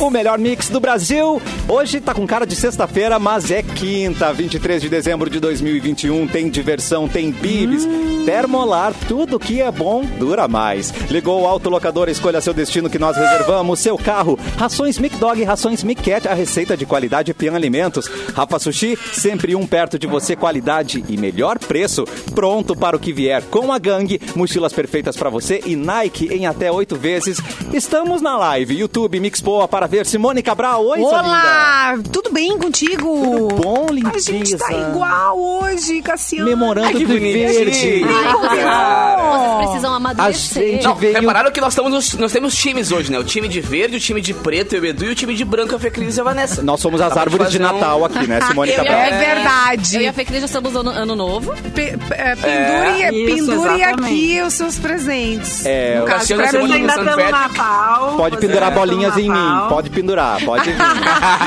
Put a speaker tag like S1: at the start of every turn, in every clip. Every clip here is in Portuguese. S1: o melhor mix do Brasil. Hoje tá com cara de sexta-feira, mas é quinta, 23 de dezembro de 2021. Tem diversão, tem bibis, termolar, tudo que é bom dura mais. Ligou o autolocador, escolha seu destino que nós reservamos, seu carro. Rações Mic Dog, rações Mic Cat, a receita de qualidade Pian Alimentos. Rafa Sushi, sempre um perto de você, qualidade e melhor preço. Pronto para o que vier com a gangue, mochilas perfeitas para você e Nike em até oito vezes. Estamos na live, YouTube Mix Boa para ver Simone Cabral. Oi, sua linda.
S2: Olá! Tudo bem contigo?
S1: Tudo bom, lindeza?
S2: A gente tá igual hoje, Cassiano.
S1: Memorando
S3: Ai, que
S1: do
S3: bonitinho.
S1: verde.
S3: Ai,
S4: tá Precisam
S1: A
S4: amadurecer.
S1: gente
S3: Não,
S1: veio...
S3: repararam que nós, estamos nos- nós temos times hoje, né? O time de verde, o time de preto, eu e o Edu, e o time de branco, eu, a Fê Cris e a Vanessa.
S1: Nós somos as
S3: Tava
S1: árvores de
S3: fazendo um-
S1: Natal aqui, né, Simone
S3: Eu ia-
S1: Cabral?
S2: É verdade.
S4: Eu e a Fê Cris já estamos no ano novo.
S2: Pe- pe- é, pendure
S5: É, isso,
S2: pendure
S5: exatamente.
S2: aqui os seus presentes.
S1: É,
S2: no
S1: o
S2: caso,
S3: Cassiano
S2: pra
S3: Cebolinha
S2: mim,
S5: Vocês ainda
S3: São
S5: estão no
S3: Pedro.
S5: Tá Natal.
S1: Pode
S5: vocês
S1: pendurar
S5: ainda estão no
S1: bolinhas em mim,
S5: Natal.
S1: pode pendurar, pode vir.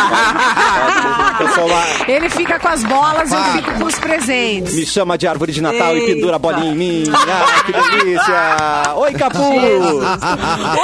S1: Pode- pode- eu sou lá-
S2: ele fica com as bolas, eu fico com os presentes.
S1: Ah. Me chama de árvore de Natal e
S5: Eita.
S1: pendura a bolinha em mim. Ai, que delícia! Oi, Capu!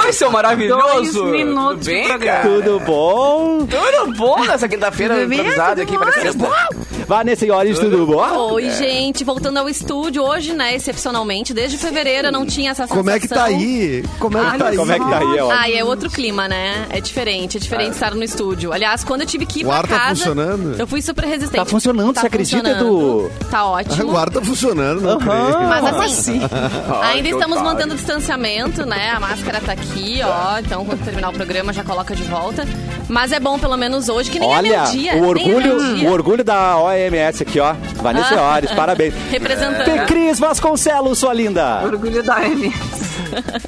S3: Oi, seu maravilhoso!
S5: Dois minutos
S3: Tudo
S5: de
S3: bem,
S5: programa.
S3: cara?
S1: Tudo bom?
S3: Tudo bom nessa quinta-feira
S2: Tudo bem?
S3: improvisada aqui,
S2: Tudo
S3: parece
S2: bom?
S3: sexta.
S1: Vanessa e Oris, tudo bom?
S6: É.
S4: Oi, gente. Voltando ao estúdio hoje, né? Excepcionalmente. Desde fevereiro eu não tinha essa sensação.
S6: Como é que tá aí? Como é que tá aí?
S1: Como é que tá aí, ó?
S4: Ah, e é outro clima, né? É diferente, é diferente estar no estúdio. Aliás, quando eu tive que ir
S6: O
S4: pra
S6: ar tá
S4: casa,
S6: funcionando?
S4: eu fui super resistente.
S1: Tá funcionando, você acredita,
S4: funcionando, Tá
S6: A
S4: ótimo.
S6: guarda tá funcionando, não
S1: Aham.
S6: creio.
S4: Mas assim, ainda
S3: que
S4: estamos
S3: otário.
S4: mantendo o distanciamento, né? A máscara tá aqui, ó. Então, quando terminar o programa, já coloca de volta. Mas é bom, pelo menos hoje, que nem
S1: Olha,
S4: é meu dia.
S1: o
S4: nem é
S1: orgulho,
S4: meu dia.
S1: o orgulho da OMS aqui, ó. Vanessa e
S4: Ah.
S1: Oris, parabéns.
S4: Representando.
S1: Fê Cris Vasconcelos, sua linda!
S5: Orgulho da M.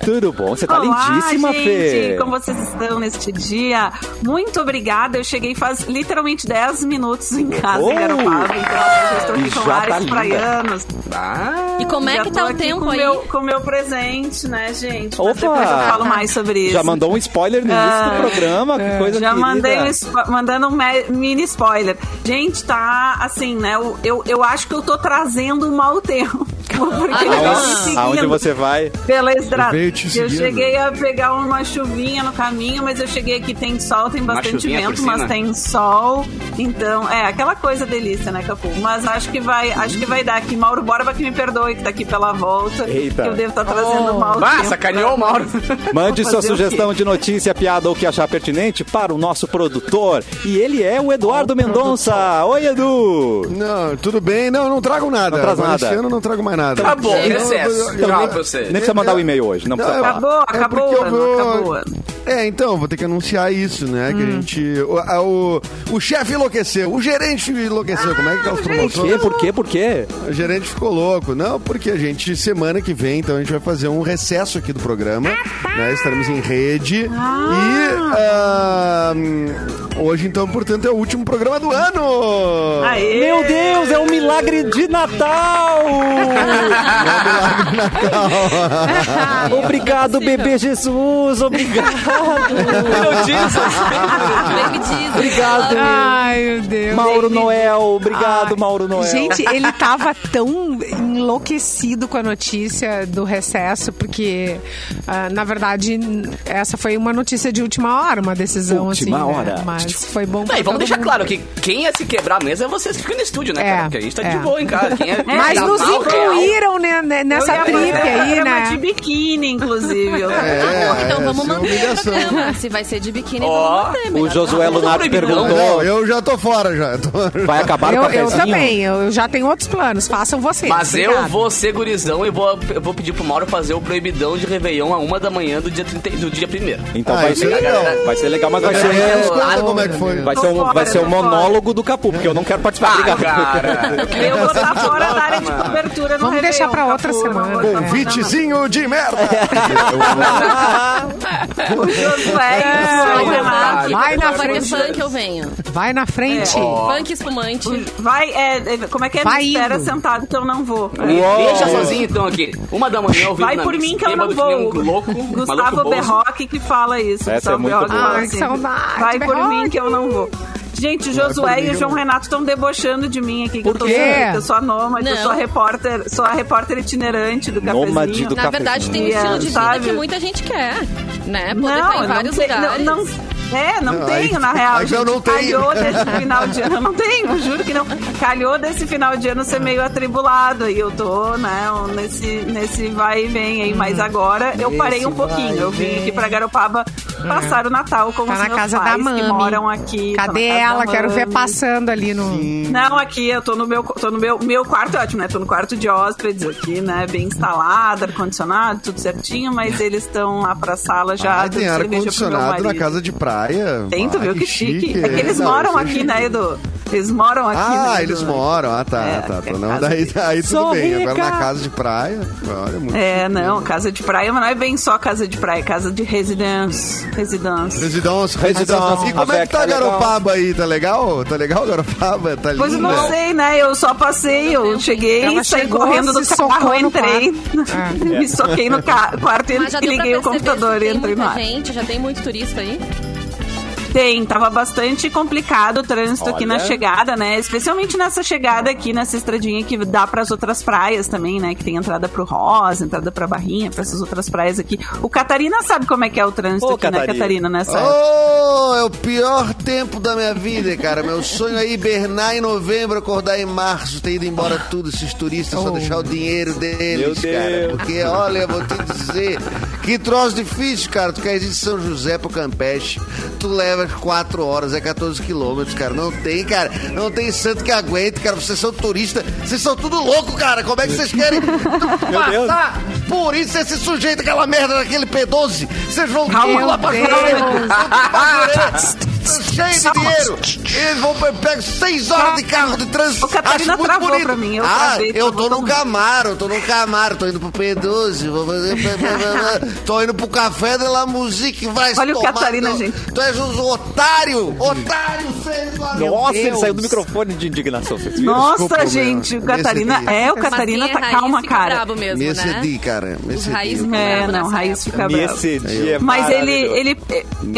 S1: Tudo bom? Você tá lindíssima,
S5: gente,
S1: Fê.
S5: como vocês estão neste dia? Muito obrigada, eu cheguei faz literalmente 10 minutos em casa,
S1: Oh!
S5: em Garopaba, então eu já estou
S1: E
S5: aqui
S1: já
S5: com
S1: tá
S5: vários
S1: linda.
S5: praianos.
S3: Ah,
S4: E como é
S5: Já
S4: que
S5: tô
S4: tá o
S5: aqui
S4: tempo
S5: com
S4: aí?
S5: Meu, com o meu presente, né, gente? Mas
S1: Opa!
S5: Depois eu falo mais sobre isso.
S1: Já mandou um spoiler no início do programa, que coisa
S5: Ah. Já
S1: querida.
S5: mandei um spo- mandando um me- mini spoiler. Gente, tá assim, né? Eu, eu, eu acho que eu tô trazendo um mau tempo. Porque ele tá me
S1: Aonde,
S5: seguindo
S1: aonde você vai?
S5: Pela estrada.
S6: Veio te
S5: Eu
S6: seguindo.
S5: cheguei
S1: né?
S5: a pegar uma chuvinha no caminho, mas eu cheguei aqui, tem sol, tem
S3: Uma
S5: bastante
S3: chuvinha por
S5: vento,
S3: cima.
S5: mas tem sol. Então, é, aquela coisa delícia, né, Capu? Mas acho que vai, acho que vai dar aqui. Mauro Borba que me perdoe, que tá aqui pela volta.
S1: Eita.
S5: Que eu devo estar trazendo um mau
S3: bah,
S5: tempo.
S3: sacaneou o Mauro.
S1: Mande
S5: Vou
S1: sua
S5: fazer o
S1: sugestão de notícia, piada ou o que achar pertinente para o nosso produtor. E ele é o Eduardo Mendonça. Oi, Edu! Então,
S6: Não, tudo bem. Não, não trago nada.
S1: Não traz
S6: Agora,
S1: nada.
S6: Esse ano eu não trago mais nada.
S3: Tá bom,
S6: Então,
S3: recesso.
S6: eu- eu-
S3: Tchau pra você.
S1: Nem precisa mandar o e-mail hoje, não precisa
S6: eu-
S1: falar.
S5: Acabou, acabou
S6: é- porque eu
S5: o ano, acabou o ano.
S6: É, então, vou ter que anunciar isso, né? Que a
S4: Hum.
S6: gente. O, a- o, o chefe enlouqueceu, o gerente enlouqueceu. Como é
S4: Ah,
S6: que tá os
S1: Por quê?
S6: promoções?
S1: Por quê? Por quê?
S6: O gerente ficou louco. Não, porque a gente, semana que vem, então, a gente vai fazer um recesso aqui do programa. né? Estaremos em rede. E ah, hoje, então, portanto, é o último programa do ano!
S5: Aê!
S1: Meu Deus, é um milagre de Natal! Obrigado, bebê Jesus! Obrigado!
S3: Meu Jesus.
S4: Ah, Baby Jesus.
S1: Obrigado.
S4: Ah,
S2: Ai, meu Deus.
S1: Mauro Noel, obrigado,
S2: Ai,
S1: Mauro Noel.
S2: Gente, ele tava tão enlouquecido com a notícia do recesso, porque, ah, na verdade, n- essa foi uma notícia de última hora, uma decisão
S1: Última
S2: assim. né?
S1: hora.
S2: Mas foi bom. pra
S3: Não, e vamos
S2: todo
S3: deixar
S2: mundo.
S3: claro que quem ia se quebrar mesmo é vocês que ficam no estúdio, né,
S2: É,
S3: cara? Porque a gente tá de
S2: é.
S3: boa em casa. Quem é,
S2: Mas
S3: tá
S2: nos
S3: mal, real.
S2: incluíram né, né, nessa
S5: Eu ia
S2: trip
S5: fazer um
S2: aí,
S5: programa
S2: né?
S5: de biquíni, inclusive. Eu-
S4: Então
S6: é, essa
S4: vamos
S6: é
S4: manter o
S6: humilhação.
S4: programa. Se vai ser de biquíni,
S3: Ó,
S4: vamos manter.
S1: O
S4: melhor tá?
S1: Josué
S4: não.
S1: Lunato
S3: proibido, não.
S1: perguntou:
S6: Não, eu já tô fora já. Tô...
S1: vai acabar o
S2: Eu, eu
S1: cafezinho?
S2: também, eu já tenho outros planos, façam vocês.
S3: Mas eu
S2: Obrigada.
S3: vou ser gurizão e vou, eu vou pedir pro Mauro fazer o proibidão de Réveillon a uma da manhã do dia, 30, e- do dia primeiro.
S1: Então
S6: Ah,
S1: vai
S6: isso
S1: ser
S6: é
S1: legal.
S6: legal.
S1: Vai ser legal,
S7: Tá
S1: mas vai
S6: Mas aí
S1: ser. um-
S6: eles contam como é que foi.
S1: Vai ser, um, vai ser um monólogo do Capu, porque eu não quero participar.
S3: Ah,
S1: Obrigado.
S3: cara.
S5: Eu vou estar fora da área de cobertura no
S2: Vamos deixar
S5: Réveillon,
S2: pra outra
S5: Capu,
S2: semana.
S5: não vou estar-
S6: Convitezinho de merda!
S5: O Josué
S2: É,
S5: e o
S4: Vai,
S5: Renato.
S4: vai,
S2: Vai na
S4: vai ter
S2: frente.
S4: funk, eu venho.
S2: Vai na frente.
S5: É,
S2: tá
S4: Funk espumante.
S5: Vai, é, é, como é que é?
S2: Vai
S5: Me
S2: indo.
S5: espera sentado que eu não vou.
S3: Me deixa sozinho então aqui. Uma da manhã eu vi
S5: Vai por mim que eu não vou.
S3: Um louco,
S5: Gustavo
S3: maluco bolso.
S5: Berroque que fala isso.
S1: Essa é
S5: Gustavo
S1: muito
S5: Berroque
S1: boa.
S5: fala
S2: Ai,
S5: assim,
S2: que saudade,
S5: Vai por
S2: Berroque.
S5: mim que eu não vou. Gente, o
S6: por
S5: Josué
S6: mim
S5: e
S6: que
S5: o
S6: eu
S5: João
S6: não
S5: Renato estão debochando de mim aqui. Que eu, tô,
S1: quê?
S5: sendo- que eu sou a nômade, eu
S4: Não.
S5: sou a repórter, sou a repórter itinerante do cafezinho.
S1: Nômade do
S4: Na verdade, tem um
S5: Yeah,
S4: estilo de vida
S5: sabe?
S2: tá
S4: que muita gente quer, né? Poder estar em vários
S5: sei-
S4: lugares.
S5: Não, não, É, não,
S7: Não,
S5: tenho,
S7: aí-
S5: na real.
S7: aí eu
S5: gente.
S7: não tenho.
S5: Calhou desse final de ano. Não tenho, juro que não. Calhou desse final de ano ser meio atribulado. E eu tô, né, nesse, nesse vai e vem aí.
S2: Hum.
S5: Mas agora eu parei um pouquinho. Eu vim aqui pra Garopaba passar o Natal com
S2: Hum. Tá
S5: os
S2: na
S5: meus
S2: casa da
S5: pais
S2: mami.
S5: que moram aqui. Tô
S2: Cadê
S5: na casa
S2: ela?
S5: da
S2: Quero ver
S5: mami.
S2: passando ali no.
S5: Não, aqui eu tô no meu, tô no meu, meu quarto é ótimo, né? Tô no quarto de hóspedes aqui, né? Bem instalado, ar-condicionado, tudo certinho, mas eles estão lá pra sala já.
S7: Ah, tem
S5: dando cerveja pro meu
S7: ar-condicionado na
S5: marido.
S7: casa de praia.
S5: Tem, tu
S7: Ah,
S5: viu que chique.
S7: chique.
S5: É que eles
S7: Não,
S5: moram
S7: isso é
S5: aqui,
S7: chique.
S5: né, Edu? Eles moram aqui.
S7: Ah,
S5: né, Edu?
S7: eles moram. Ah, tá,
S5: É,
S7: tá, tá.
S5: é
S7: Não,
S5: casa
S7: daí,
S5: de-
S7: daí tudo
S1: Sou
S7: bem. Agora
S1: rica.
S7: na casa de praia. Olha, muito
S5: É,
S7: chique.
S5: não, casa de praia, mas não é bem só casa de praia, é casa de residência. Residência.
S7: Residência,
S1: Residência.
S7: residência. E como é que tá
S1: Tá legal.
S7: Garopaba aí? Tá legal? Tá legal Garopaba? Tá linda?
S5: Pois eu não sei, né? Eu só passei, eu cheguei,
S2: Ela
S5: saí
S2: chegou,
S5: correndo do
S2: se
S5: carro,
S2: socou no
S5: entrei, me soquei no ca- quarto
S4: Mas já
S5: e
S4: deu pra
S5: liguei
S4: perceber
S5: o computador
S4: se
S5: e
S4: tem
S5: entrei no
S4: muita
S5: ar.
S4: gente, já tem muito turista aí.
S5: Tem, tava bastante complicado o trânsito aqui na
S1: Olha.
S5: chegada, né? Especialmente nessa chegada aqui, nessa estradinha que dá pras outras praias também, né? Que tem entrada pro Rosa, entrada pra Barrinha, pra essas outras praias aqui. O Catarina sabe como é que é o trânsito
S1: Ô,
S5: aqui, né,
S1: Catarina.
S5: Catarina, nessa época.
S7: Oh, é o pior tempo da minha vida, cara. Meu sonho é hibernar em novembro, acordar em março, ter ido embora tudo, esses turistas, só deixar o dinheiro
S1: Meu
S7: deles,
S1: Deus.
S7: cara. Porque, olha, eu vou te dizer, que troço difícil, cara. Tu queres ir de São José pro Campeche, tu levas 4 horas, é 14 quilômetros, cara. Não tem, cara. Não tem santo que aguente, cara. Vocês são turistas, vocês são tudo louco, cara. Como é que vocês querem
S1: Deus.
S7: passar por isso esse sujeito, aquela merda daquele P12? Vocês vão tudo
S2: Meu
S7: lá pra
S2: Deus.
S7: Tô cheio de
S5: um
S7: dinheiro. Eles vão pe- pego seis horas de carro de trânsito.
S5: O Catarina
S7: Acho muito
S5: travou
S7: bonito.
S5: pra mim, eu
S7: ah,
S5: travei, travou
S7: eu tô no
S5: todo mundo.
S7: Camaro, tô no Camaro, tô indo pro P12, vou fazer... tô indo pro Café de la Musique, vai
S5: Olha o
S7: tomar
S5: Catarina,
S7: teu-
S5: gente.
S7: Tu és um otário, otário, seis horas.
S1: Nossa, ele
S7: Meu
S1: saiu do
S7: Deus.
S1: microfone de indignação. Vocês viram?
S5: Nossa,
S7: Desculpa,
S5: gente, o
S7: meu. Nesse
S5: Catarina
S7: dia.
S5: é, o
S4: Mas quem
S5: Catarina
S4: é
S5: tá
S4: raiz
S5: calma,
S4: fica
S5: cara.
S4: brabo mesmo,
S7: Me
S4: né?
S7: excedi, cara. Me
S4: Os
S7: excedi.
S4: raízes
S5: É,
S4: brabo
S5: não,
S4: nessa
S5: raiz
S4: época.
S5: fica bravo.
S1: Nesse dia é
S5: Mas ele,
S1: maravilhoso.
S5: ele,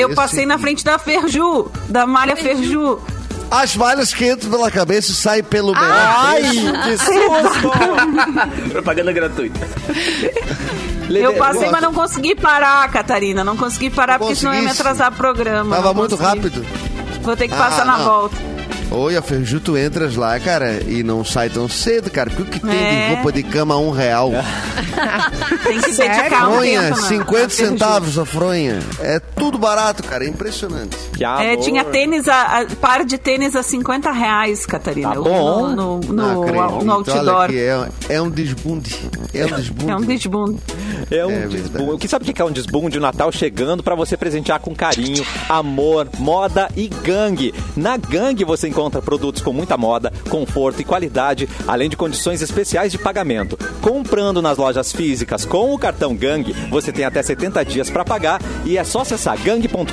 S5: eu
S7: Nesse
S5: passei na
S7: dia.
S5: frente da Ferju, da Malha Ferju.
S7: As malhas que entram pela cabeça e saem pelo meio.
S1: Ai, que susto!
S3: Propaganda gratuita.
S5: Eu passei,
S7: eu
S5: mas não consegui parar, Catarina. Não consegui parar, porque senão ia me
S7: conseguisse.
S5: atrasar o programa.
S7: Tava
S5: Não
S7: muito
S5: consegui.
S7: rápido.
S5: Vou ter que
S7: Ah,
S5: passar na
S7: não.
S5: volta.
S7: Oi, a Ferju, tu entras lá, cara, e não sai tão cedo, cara. Porque o que tem
S5: É.
S7: de roupa de cama a um real?
S5: Tem que
S2: Sério?
S5: dedicar um
S7: Fronha,
S5: tempo. né?
S7: 50
S5: Ferju.
S7: centavos a fronha. É tudo barato, cara. É impressionante.
S1: Que
S5: É,
S1: amor.
S5: tinha tênis, a, a- par de tênis a 50 reais, Catarina.
S1: Tá
S5: Eu-
S1: bom.
S5: No, no,
S7: Não
S5: no-
S7: acredito.
S5: no
S7: Olha
S5: outdoor.
S7: aqui, é, é um desbunde. É um desbunde.
S5: É um desbunde.
S1: É um
S7: É
S1: desbunde.
S7: verdade.
S1: O que sabe o que é um desbunde? O Natal chegando pra você presentear com carinho, amor, moda e gangue. Na gangue você encontra produtos com muita moda, conforto e qualidade, além de condições especiais de pagamento. Comprando nas lojas físicas com o cartão Gang, você tem até 70 dias pra pagar e é só acessar gang.com.br,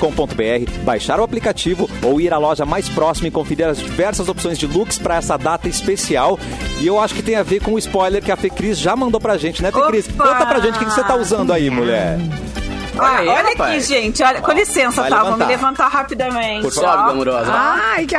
S1: baixar o aplicativo ou ir à loja mais próxima e conferir as diversas opções de looks pra essa data especial. E eu acho que tem a ver com o spoiler que a Fê Cris já mandou pra gente, né, Fê Cris?
S5: Opa!
S1: Conta pra gente o que que você tá usando aí, mulher.
S5: Olha,
S3: aí,
S5: olha aqui,
S3: rapaz.
S5: gente. Olha, com licença,
S1: Vai
S5: tá? Vou me
S1: levantar.
S5: levantar rapidamente.
S3: Por
S5: ó.
S3: favor, amorosa.
S5: Ah.
S2: Ai, que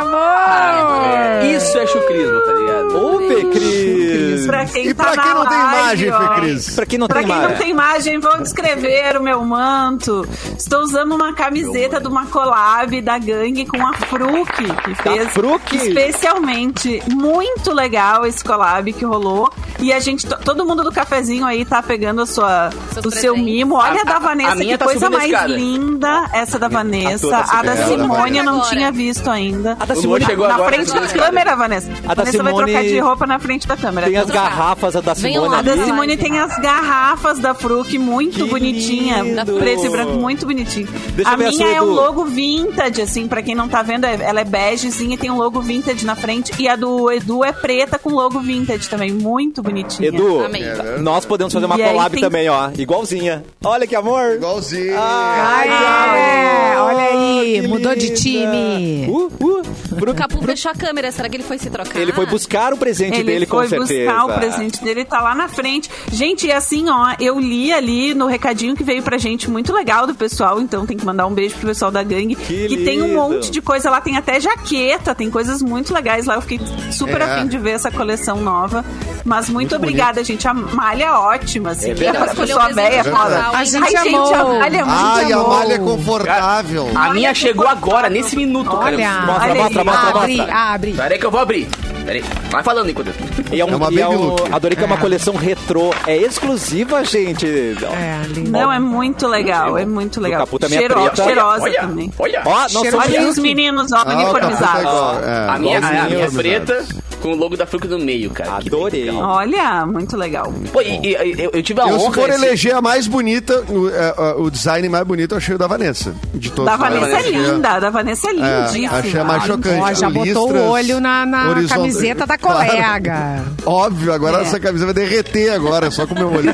S2: amor!
S3: Isso é chucrismo, tá ligado?
S1: Ô, Fê Cris!
S5: Pra quem
S7: E
S5: tá
S7: pra
S5: na
S7: quem não tem
S5: live,
S7: imagem,
S5: ó.
S7: Fê Cris?
S1: Pra quem não
S5: Pra
S1: tem
S5: quem
S1: mar.
S5: não tem imagem, vou descrever o meu manto. Estou usando uma camiseta de uma collab da gangue com a Fruc, que fez
S1: Fruc?
S5: especialmente. Muito legal esse collab que rolou. E a gente, to- todo mundo do cafezinho aí tá pegando a sua,
S4: Seus
S5: o seu
S4: presentes.
S5: mimo. Olha
S3: A-
S5: a, da
S3: a-
S5: Vanessa,
S3: a minha
S5: que
S3: tá
S5: coisa
S3: subindo a
S5: mais
S3: escada.
S5: linda. Essa da Vanessa.
S1: tua tá
S5: A da
S1: subindo.
S5: Simone eu não
S4: Agora.
S5: tinha visto ainda.
S1: A da
S3: O
S1: Simone
S3: Luan chegou
S5: na
S3: agora.
S5: frente da
S3: subindo escada.
S5: câmera, Vanessa.
S1: A da
S5: Vanessa vai
S1: Simone-
S5: trocar de roupa na frente da câmera.
S1: Tem as
S4: Vamos lá.
S1: garrafas a da
S4: Vem
S1: Simone
S4: lá,
S5: A da
S1: ali.
S4: Vai,
S5: Simone
S4: vai.
S5: tem as garrafas da Fruc, muito
S1: Que
S5: bonitinha.
S1: lindo.
S5: Preto e branco, muito bonitinho.
S1: Deixa
S5: a
S1: eu ver a
S5: minha
S1: sua,
S5: é um
S1: Edu.
S5: logo vintage, assim, pra quem não tá vendo, é- ela é begezinha e tem um logo vintage na frente. E a do Edu é preta com logo vintage também, muito bonitinha.
S1: Edu,
S4: Amém.
S7: É, né?
S1: nós podemos fazer uma
S5: E aí
S1: collab
S5: tem-
S1: também, ó. Igualzinha. Olha que amor.
S7: Igualzinho.
S5: Ah,
S1: Ai,
S2: Ai,
S1: que
S2: é,
S1: amor,
S2: olha aí,
S1: que
S2: mudou de
S1: linda.
S2: time.
S1: Uh, uh. pro-
S4: O Capu fechou a câmera, será que ele foi se trocar?
S1: Ele foi buscar o presente
S5: Ah. Ele
S1: dele,
S5: foi
S1: com certeza.
S5: buscar o presente dele, tá lá na frente. Gente, e assim, ó, eu li ali no recadinho que veio pra gente, muito legal do pessoal, então tem que mandar um beijo pro pessoal da gangue,
S1: Que
S5: que, tem um
S1: lindo.
S5: monte de coisa lá, tem até jaqueta, tem coisas muito legais lá, eu fiquei super
S7: É.
S5: afim de ver essa coleção nova. Mas muito, obrigada, gente, a malha é ótima, assim,
S1: É verdade.
S5: pra pessoa velha,
S7: presente de
S5: foda.
S4: Natal,
S2: A
S4: hein?
S2: gente
S5: Ai, gente, a
S2: amou.
S5: malha é muito
S7: Ai, a
S5: amor.
S7: malha é confortável.
S3: A minha
S5: Olha que
S3: chegou
S5: confortável.
S3: agora, nesse minuto,
S2: Olha,
S3: cara.
S1: Mostra,
S5: Olha
S1: mostra,
S5: aí,
S1: mostra,
S2: abre,
S1: mostra.
S2: abre.
S3: Peraí que eu vou abrir. Peraí. Vai falando enquanto.
S1: E é, um,
S7: É uma
S1: e é
S7: baby
S1: um-
S7: look.
S1: Adorei que é uma coleção retrô. É exclusiva, gente.
S2: É, lindo.
S5: Não,
S7: Tá
S5: é muito legal, é muito legal.
S1: O Capu também é
S5: Cheiro-
S1: preta.
S5: Cheirosa
S3: olha,
S5: também.
S3: Olha.
S1: Ó, nós somos
S5: Olha os
S1: lindos.
S5: meninos, ó,
S7: Ah, o Capu tá
S5: uniformizados.
S7: igual, é,
S3: a minha, a,
S7: igualzinho
S3: a minha é
S7: uniformizado.
S3: preta com o logo da Fruca no meio, cara. Que
S1: Adorei.
S3: legal.
S5: Olha, muito legal.
S3: Pô, e, e- e- eu, eu tive a
S7: Eu, se
S3: honra. assim,
S7: for
S3: esse-
S7: eleger a mais bonita, o, é, é, o design mais bonito, eu achei o da Vanessa. De todos
S5: Da
S7: os
S5: Vanessa é
S7: designs.
S5: linda, da Vanessa é
S7: É,
S5: lindíssima.
S7: achei a mais chocante.
S2: Ó, já botou
S7: Listras,
S2: o olho na, na
S7: horizontal-
S2: camiseta da
S7: Claro.
S2: colega. É.
S7: Óbvio, agora essa camisa vai derreter agora, só com o meu olho.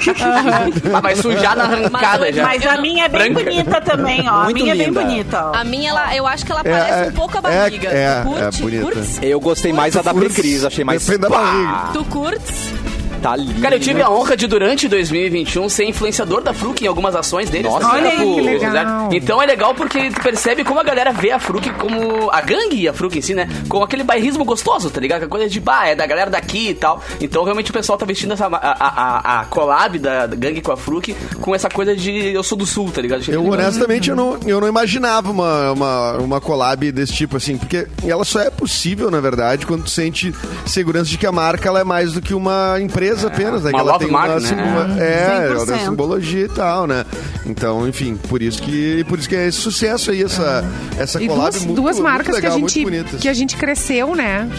S3: Ah, vai sujar na arrancada já.
S5: Mas a minha é bem
S3: Branca.
S5: bonita também, ó.
S1: Muito
S5: a minha é bem
S1: linda.
S5: bonita, ó.
S4: A minha, ela, eu acho que ela
S7: É,
S4: parece um
S7: é,
S4: pouco a barriga.
S7: é, é,
S4: tu curte?
S7: é bonita.
S4: Curtes?
S1: Eu gostei mais a da Precris, achei mais.
S7: Depende da
S1: Pá,
S7: barriga.
S4: Tu curtes?
S1: Tá lindo.
S3: Cara, eu tive a honra de, durante 2021, ser influenciador da Fruc em algumas ações deles.
S1: Nossa,
S3: né?
S1: Olha aí,
S3: Tipo,
S1: que
S2: legal.
S3: Então é legal porque tu percebe como a galera vê a Fruc como... A gangue e a Fruc em si, né? Com aquele bairrismo gostoso, tá ligado? Que a coisa de, bah, é da galera daqui e tal. Então, realmente, o pessoal tá vestindo essa, a, a, a- a collab da gangue com a Fruc com essa coisa de eu sou do sul, tá ligado? Achei
S7: Eu,
S3: legal.
S7: honestamente, eu não, eu não imaginava uma, uma, uma collab desse tipo, assim, porque ela só é possível, na verdade, quando tu sente segurança de que a marca ela é mais do que uma
S1: É,
S7: empresa apenas,
S3: uma
S7: né? que ela
S3: love
S7: tem
S3: mark,
S7: uma,
S3: né?
S7: simbo- é, ela tem
S5: 100%.
S7: simbologia e tal, né? Então, enfim, por isso que, por isso que é esse sucesso aí, essa, essa
S2: E
S7: collab
S2: duas,
S7: muito,
S2: duas
S7: muito
S2: marcas
S7: legal,
S2: que,
S7: muito assim.
S2: a gente,
S7: bonitas.
S2: que a gente cresceu, né?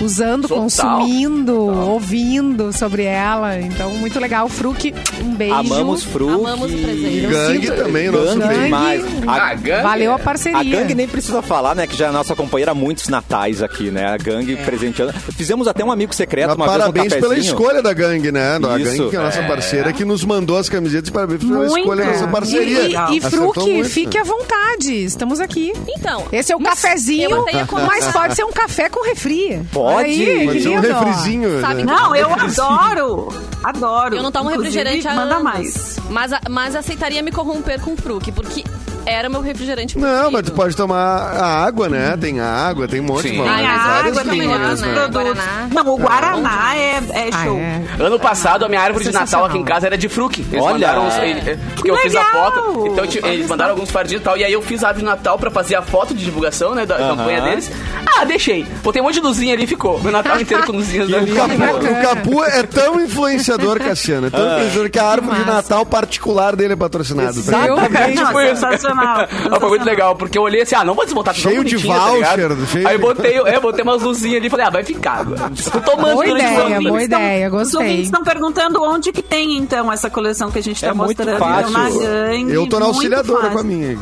S2: Usando,
S3: Total.
S2: consumindo, ouvindo sobre ela. Então, muito legal. Fruc, um beijo.
S1: Amamos Fruc.
S4: Amamos o presente.
S7: E
S4: Eu
S7: gangue
S4: sinto-
S7: também, nosso
S1: Gangue
S2: bem.
S1: demais.
S3: Ah,
S1: A,
S3: gangue,
S2: Valeu a
S3: é.
S2: parceria.
S1: a gangue nem precisa falar, né? Que já é a nossa companheira há muitos natais aqui, né? A gangue
S3: É.
S1: presenteando. Fizemos até um amigo secreto
S7: Mas
S1: uma
S7: parabéns
S1: vez no
S7: pela
S1: cafezinho.
S7: escolha da gangue, né? A
S1: Isso,
S7: gangue, que é a nossa parceira, que nos mandou as camisetas. Parabéns pela
S5: Muito.
S7: escolha dessa parceria.
S2: E, e, e
S7: Acertou
S2: Fruc,
S7: muito.
S2: fique à vontade. Estamos aqui.
S4: Então.
S2: Esse é o
S4: mas eu
S2: cafezinho,
S4: até ia comentar.
S2: mas pode ser um café com refri.
S1: Pode.
S2: Olha Aí,
S1: Pode
S2: que
S7: Mas é um
S2: lindo.
S7: refrizinho.
S4: Sabe
S7: né?
S5: Não, eu adoro. Adoro.
S4: Eu não tomo
S5: Inclusive,
S4: refrigerante há
S5: Manda
S4: anos.
S5: mais.
S4: Mas, a- mas aceitaria me corromper com o Fruc, porque era o meu refrigerante
S7: Não,
S4: preferido.
S7: mas tu pode tomar a água, né? Tem a água, tem um monte
S3: Sim.
S7: mano.
S4: Ah,
S5: Tem a
S4: mas
S7: Várias
S5: água,
S4: fica
S5: tem
S7: linhas,
S4: melhor,
S5: outros
S7: né?
S4: né?
S5: produtos.
S4: Guaraná.
S5: Não, o Guaraná é, é
S2: Ah,
S5: show.
S2: é.
S3: Ano passado, a minha árvore de Natal
S2: Sensacional.
S3: aqui em casa era de fruque. Eles
S1: Olha!
S3: mandaram uns, ele- é, porque eu fiz a
S5: legal!
S3: foto. Então tipo,
S5: Olha
S3: eles
S5: só.
S3: mandaram alguns fardinhos e tal. E aí eu fiz a árvore de Natal pra fazer a foto de divulgação, né? Da
S1: Aham.
S3: campanha deles. Ah, deixei. Botei um monte de luzinha ali e ficou. Meu Natal inteiro com luzinhas da
S7: O
S1: lindo.
S3: Fruc.
S7: Capu, o Capu é tão influenciador, Cassiano. É
S5: Ah.
S7: tão influenciador que a árvore de
S2: massa.
S7: Natal particular dele é patrocinada.
S1: Exatamente.
S5: Não, é
S3: Tipo isso.
S1: É
S5: sensacional.
S3: Ah, foi muito
S5: sensacional.
S3: legal, porque eu olhei assim, ah, não vou desmontar tudo
S7: Cheio de
S3: bonitinho, tá ligado?
S7: voucher, cheio
S3: Aí
S7: de-
S3: botei, é, botei umas luzinhas ali e falei, ah, vai ficar. Tô tomando
S2: É, Boa
S3: durante o
S2: ideia,
S3: ano.
S2: boa ideia,
S5: Os
S2: gostei.
S5: ouvintes estão perguntando onde que tem, então, essa coleção que a gente está
S1: É muito
S5: mostrando.
S1: fácil.
S5: na gangue,
S7: Eu tô na
S5: muito
S7: auxiliadora
S5: fácil.
S7: com a minha. É.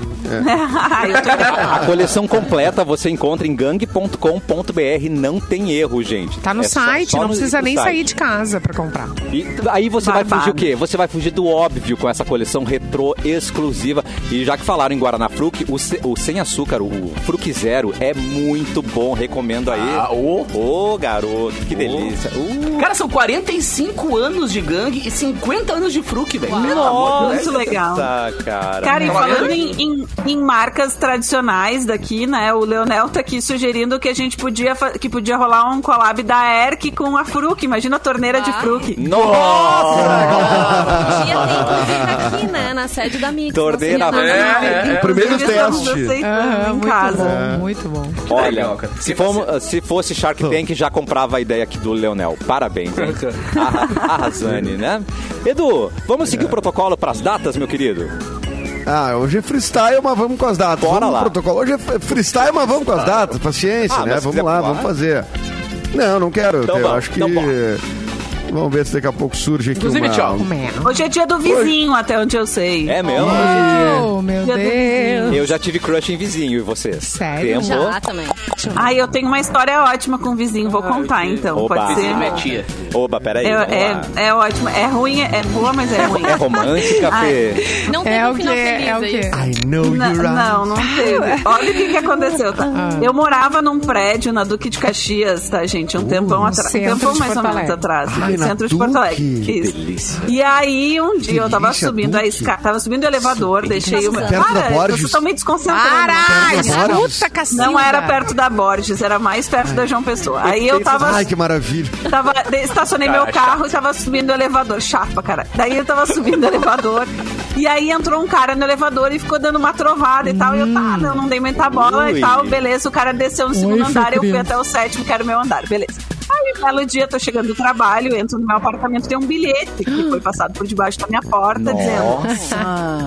S5: Ai, eu tô
S1: A coleção completa você encontra em gang.com.br, não tem erro, gente.
S2: Tá no
S1: É só-
S2: site,
S1: só
S2: não
S1: no-
S2: precisa
S1: no
S2: nem
S1: site.
S2: sair de casa pra comprar.
S1: E aí você vai
S5: Babado.
S1: fugir o quê? Você vai fugir do óbvio com essa coleção retrô exclusiva. E já que falaram em Guaraná Fruc, o, se- o sem açúcar, o Fruc Zero, é muito bom. Recomendo aí.
S3: Ah, ô.
S1: Ô, garoto, que delícia. Uh,
S3: Cara, são 45 anos de gangue e 50 anos de fruque, velho. Pelo amor de Deus.
S5: muito legal.
S1: Tá, cara.
S5: Cara, e
S3: Tá valendo?
S5: falando em, em- em marcas tradicionais daqui, né? O Leonel tá aqui sugerindo que a gente podia fa- que podia rolar um collab da Erk com a Fruc. Imagina a torneira de
S4: Ah.
S5: Fruc.
S1: Nossa!
S4: Um dia tem, inclusive, aqui, né? Na sede da Mix. assim,
S1: Torneira
S4: na Serra
S1: aberta.
S4: Nacional.
S3: É, é.
S7: Primeiro
S5: Inclusive, estamos
S7: teste.
S5: aceitando
S2: Aham,
S5: em
S2: Uhum, muito
S5: casa.
S2: bom, muito bom.
S7: Então.
S1: Olha,
S3: legal, cara.
S1: se, fomo- se fosse Shark Tank, já comprava a ideia aqui do Leonel. Parabéns, hein? Arra- Arrasane, né? Edu, vamos seguir o protocolo para as datas, meu querido?
S7: Ah, hoje é freestyle, mas vamos com as datas.
S1: Bora
S7: vamos
S1: lá.
S7: pro protocolo. Hoje é fre- freestyle, mas vamos com as datas. Paciência,
S1: Ah, mas
S7: né?
S1: se
S7: Vamos
S1: quiser
S7: lá,
S1: pular.
S7: vamos fazer. Não, não quero.
S1: Então
S7: eu
S1: vamos,
S7: acho que.
S1: então bora.
S7: Vamos ver se daqui a pouco surge aqui
S3: Inclusive,
S7: uma...
S3: tchau.
S5: Hoje é dia do vizinho, até onde eu sei.
S1: É mesmo?
S2: Oh, meu
S5: Dia do
S2: Deus.
S1: Eu já tive crush em vizinho, e vocês?
S2: Sério?
S1: Tempo?
S4: Já também.
S5: Ai, eu tenho uma história ótima com o vizinho,
S1: Ah,
S5: vou contar então.
S1: Oba.
S5: Pode ser?
S3: Vizinho minha tia.
S1: Oba, peraí,
S5: É,
S1: vamos lá.
S5: é, é ótimo. É ruim, é boa, mas é ruim.
S1: É romântica, Fê?
S4: Não teve
S2: É
S4: um
S2: o que?
S4: final feliz,
S2: É o
S4: isso.
S2: que?
S7: I know
S5: Não,
S7: you're right.
S5: não, não teve. Olha o que, que aconteceu, tá?
S7: Ah.
S5: Eu morava num prédio na Duque de Caxias, tá, gente? Um tempão atrás. Um
S2: centro
S5: tempão
S2: de
S5: mais ou
S2: Porto
S5: menos
S2: Alegre.
S5: atrás.
S7: Uh, Ai,
S5: no
S7: na
S5: centro de Porto
S7: Duque.
S5: Alegre.
S7: Que
S5: Isso.
S1: delícia.
S5: E aí, um dia eu tava
S7: delícia,
S5: subindo a
S7: Duque.
S5: escada, tava subindo o elevador, deixei o.
S7: Perto da Borges?
S5: vocês estão me desconcentrando.
S2: Para! assim,
S7: Perto da Borges?
S2: Escuta, cacilda.
S5: Não era perto da Borges, era mais perto da João Pessoa. Aí eu tava
S7: Ai, que maravilha.
S5: Tava, de- estacionei
S3: Cara,
S5: meu carro e tava subindo o elevador. Chapa, cara. Daí eu tava subindo o elevador. E aí entrou um cara no elevador e ficou dando uma trovada e tal. E eu, tá, não, não dei muita bola
S1: Ui.
S5: e tal. Beleza, o cara desceu no segundo andar, eu fui até o sétimo, que era o meu andar. Beleza. Aí, um belo dia, tô chegando do trabalho, entro no meu apartamento, tem um bilhete que foi passado por debaixo da minha porta, dizendo...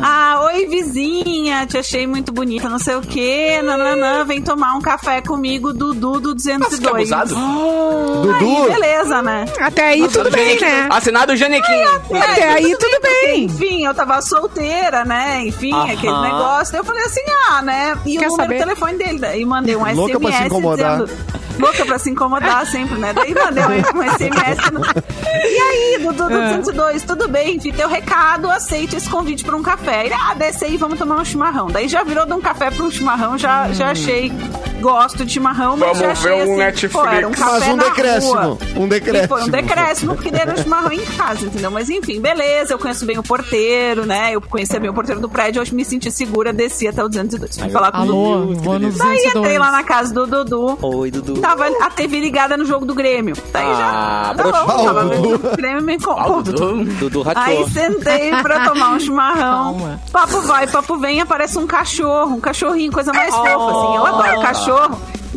S5: Ah, oi vizinha, te achei muito bonita, não sei o quê, nananã, vem tomar um café comigo, Dudu do
S3: Nossa, que
S5: 202.
S3: abusado.
S5: Aí,
S7: Dudu,
S5: beleza, né?
S2: Até aí tudo bem, né?
S3: Assinado o Janequim.
S2: Até
S5: É,
S2: aí tudo bem.
S5: porque, enfim, eu tava solteira, né? Enfim, aquele negócio. Daí eu falei assim, ah, né? E
S2: Quer
S5: o número
S2: saber?
S5: do telefone dele. Daí mandei um SMS
S7: Louca pra se incomodar.
S5: dizendo... Louca pra se incomodar sempre, né? Daí mandei um SMS. no- E aí, Dudu
S2: É.
S5: do 202, tudo bem? Vi teu recado, aceite esse convite pra um café. Ele, ah, desce aí, vamos tomar um chimarrão. Daí já virou de um café pra um chimarrão, já,
S7: Hum.
S5: já achei... Gosto de chimarrão, mas
S8: Vamos
S5: já achei
S8: ver um
S5: assim,
S8: Netflix.
S5: pô, era um café
S7: Mas um
S5: na
S7: decréscimo,
S5: rua.
S7: um
S5: E foi um
S7: decréscimo.
S5: decréscimo, porque deram um chimarrão em casa, entendeu? Mas enfim, beleza, eu conheço bem o porteiro, né? Eu conhecia bem o porteiro do prédio, hoje me senti segura, desci até o 202. Fui falar com o Dudu.
S1: Meu
S2: Alô,
S1: Deus,
S2: vou no
S1: querido.
S5: Daí entrei
S2: 202.
S5: lá na casa do Dudu.
S1: Oi, Dudu.
S5: Tava a TV ligada no jogo do Grêmio. Daí
S1: Ah,
S5: já. Tá bom,
S7: broxou.
S5: tava vendo o jogo do Grêmio me
S3: Ah,
S5: encontrou.
S3: Dudu.
S1: Dudu
S5: Aí
S1: rachou.
S5: sentei pra tomar um chimarrão.
S2: Calma.
S5: Papo vai, papo vem, aparece um cachorro, um cachorrinho, coisa mais fofa, assim. Eu adoro cachorro.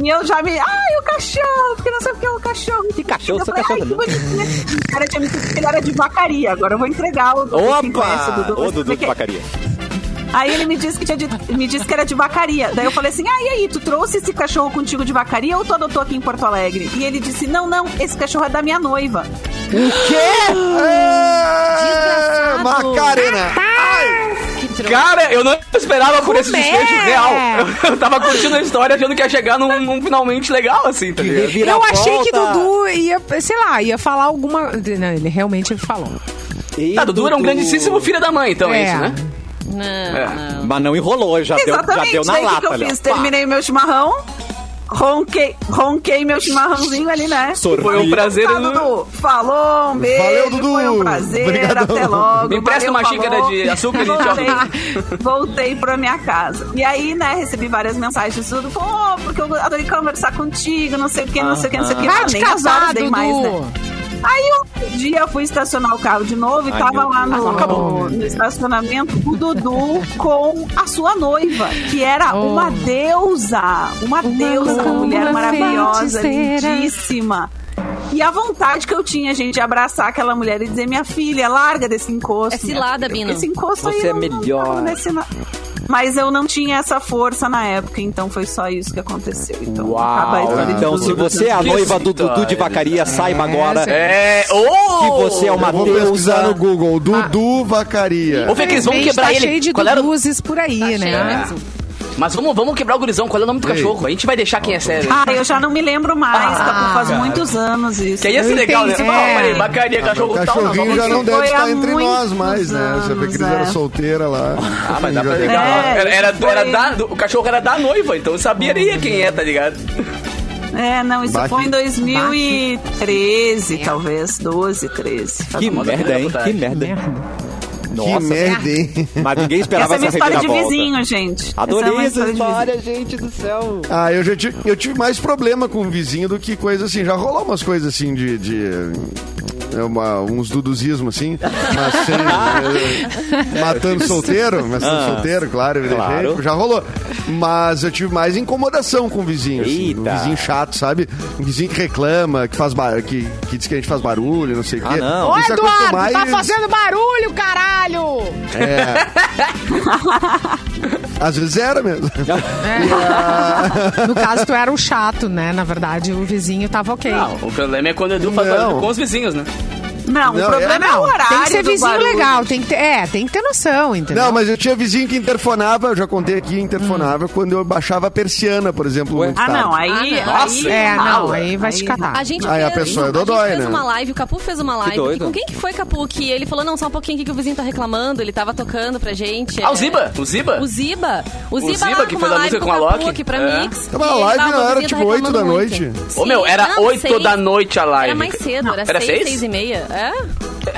S5: E eu já me. Ai, o cachorro, porque não sei o que é o cachorro. Que
S1: cachorro,
S5: Eu
S1: seu
S5: falei,
S1: cachorro
S5: ai, que bonitinho. O cara tinha me dito que ele era de vacaria. Agora eu vou entregar o Dudu. quem conhece o
S1: Opa!
S5: Dudu, vai
S1: Ô,
S5: saber
S1: Dudu de
S5: quem é.
S1: Pacaria.
S5: Aí ele me disse que tinha de, me disse que era de vacaria. Daí eu falei assim: "Ah, e aí, tu trouxe esse cachorro contigo de vacaria ou tu adotou aqui em Porto Alegre?" E ele disse: "Não, não, esse cachorro é da minha noiva."
S7: é... Macarena.
S4: Que troço.
S3: Cara, eu não esperava por esse
S2: Como é?
S3: desfecho real. Eu, eu tava curtindo a história achando que ia chegar num, num finalmente legal, assim, tá ligado?
S2: Eu achei que Dudu ia, sei lá, ia falar alguma. Não, ele realmente falou.
S3: Tá, Dudu era um grandíssimo filho da mãe, então, é,
S2: É.
S3: isso, né?
S4: Não, não.
S1: Mas não enrolou, já, deu, já
S5: Exatamente,
S1: deu na
S5: daí o que que
S1: lata,
S5: eu
S1: Léo.
S5: fiz? Terminei meu chimarrão, ronquei, ronquei meu chimarrãozinho ali, né?
S1: Sorri.
S3: Foi um prazer.
S5: Tá, Dudu, falou, um beijo,
S7: Valeu, Dudu.
S5: foi um prazer,
S7: Obrigadão.
S5: até logo.
S3: Me empresta
S5: valeu,
S3: uma xícara
S5: falou.
S3: de açúcar e tchau.
S5: voltei, voltei pra minha casa. E aí, né, recebi várias mensagens, tudo, pô, porque eu adorei conversar contigo, não sei o que, não sei o que, não sei o que.
S2: Para
S5: Ah,
S2: de
S5: nem as horas
S2: casar,
S5: dei
S2: Dudu.
S5: mais, né? Aí um dia eu fui estacionar o carro de novo e
S1: Ai,
S5: tava
S1: meu
S5: lá
S1: Deus.
S5: no, no estacionamento o Dudu com a sua noiva, que era
S2: Oh.
S5: uma deusa, uma, deusa, uma
S2: loucura,
S5: mulher maravilhosa,
S2: feiticeira.
S5: lindíssima. E a vontade que eu tinha, gente, de abraçar aquela mulher e dizer, minha filha, larga desse encosto.
S4: É cilada,
S5: minha filha,
S4: Bino.
S5: Esse encosto aí
S1: Você é
S5: não- não tá
S1: melhor."
S5: acontecendo nada." Mas eu não tinha essa força na época, então foi só isso que aconteceu. Então,
S3: Uau,
S5: acaba a história de
S1: Então,
S5: Dudu
S1: se
S5: do
S1: você é a
S3: Que
S1: noiva do
S3: história.
S1: Dudu de Vacaria, saiba agora
S2: sim.
S3: É, ô!
S1: que você é um uma
S7: Eu vou pesquisar
S5: ah,
S1: deusa.
S7: no Google. Dudu Vacaria.
S3: Ô, Fê, que eles vão
S2: Infelizmente,
S3: quebrar
S2: tá
S3: ele.
S2: cheio de
S3: Qual era o-
S2: Duduzes por aí, né?
S4: Achei mesmo.
S3: Mas vamos, vamos quebrar o gurizão. Qual é o nome do
S7: Ei.
S3: cachorro? A gente vai deixar quem é sério.
S5: Ah, eu já não me lembro mais,
S2: Ah,
S5: tá? Faz muitos anos isso.
S3: Que aí ia ser
S2: eu
S3: legal, né?
S2: entendi.
S3: Ah,
S2: É.
S3: peraí,
S1: Tá,
S3: bacaria, cachorro tal, não.
S7: cachorrinho
S3: vamos-
S7: já não
S5: Isso
S7: deve
S5: foi
S7: estar
S5: há
S7: entre nós
S5: muitos
S7: mais, né? Você vê que
S5: anos,
S7: eles eram
S5: é.
S7: solteira lá.
S3: Ah, mas dá pra
S7: Já-
S3: pegar.
S5: É,
S3: era, era-
S5: isso
S3: era
S5: foi-
S3: da- o cachorro era da noiva, então eu saberia quem é, tá ligado?
S5: É, não, isso
S7: Baque.
S5: foi em 2013, talvez. 12,
S1: Que
S5: 13.
S3: Famosa
S1: merda, hein?
S3: vontade.
S1: Que merda.
S7: Que
S1: Nossa,
S3: é
S7: merda, hein?
S1: mas ninguém
S5: Essa
S1: esperava
S5: é minha
S1: essa
S5: história de
S1: reviravolta.
S5: vizinho, gente.
S1: Adorei
S5: essa é uma
S1: essa
S5: história de vizinho.
S1: história, gente do céu.
S7: Ah, eu já tive, eu tive mais problema com o vizinho do que coisa assim. Já rolou umas coisas assim de. de é uma- uns duduzismos assim, mas sem, eh, matando solteiro, matando
S1: Ah,
S7: solteiro, claro, evidente,
S1: claro.
S7: já rolou. Mas eu tive mais incomodação com o vizinho, assim, um
S1: Eita.
S7: vizinho chato, sabe? Um vizinho que reclama, que faz bar- que, que diz que a gente faz barulho, não sei o
S1: Ah,
S7: quê.
S1: não.
S2: Ô,
S7: Isso é a coisa
S2: Eduardo, tá
S7: mais- É.
S2: fazendo barulho, caralho!
S7: Às vezes era mesmo.
S2: No caso, tu era o chato, né? Na verdade, o vizinho tava ok.
S3: Não, o problema é quando o Edu faz
S7: Não.
S3: barulho com os vizinhos, né?
S5: Não,
S7: Não,
S5: o problema é, o horário.
S2: tem que ser
S5: do
S2: vizinho
S5: barulho.
S2: legal, tem que ter, é, tem que ter noção, entendeu?
S7: Não, mas eu tinha vizinho que interfonava, eu já contei aqui, interfonava quando eu baixava a persiana, por exemplo,
S1: Ué?
S7: muito
S5: Ah,
S7: tarde.
S5: não, aí.
S4: Ah, não.
S5: aí,
S2: É, Tá. não,
S5: rala.
S2: aí vai te catar.
S4: A gente
S7: Aí a
S4: fez,
S7: pessoa é
S4: gente
S7: dodói,
S4: fez
S7: né?
S4: uma live, o Capu fez uma live.
S1: doido.
S4: Com quem que foi, Capu? Que ele falou, não, só um pouquinho aqui que o vizinho tá reclamando, ele tava tocando pra gente.
S3: Ah, o
S4: É,
S3: Ziba? O Ziba?
S4: O Ziba. O Ziba,
S3: Ziba
S4: lá
S3: que
S4: com
S3: fez
S4: uma
S3: a
S4: live
S3: música com a
S4: o Capu
S3: Loki?
S4: aqui pra
S3: É.
S4: Mix.
S7: Tava
S4: E
S7: a
S4: ele,
S7: live
S4: "Ah, o
S7: na
S4: meu
S7: hora,
S4: vizinho tá
S7: tipo, oito da
S4: reclamando
S7: noite."
S4: muito."
S3: Ô, meu,
S4: Sim,
S3: era
S4: não,
S3: 8
S4: seis.
S3: da noite a live.
S4: Era mais cedo, era,
S3: Era
S4: seis,
S3: seis?
S4: seis e meia. É?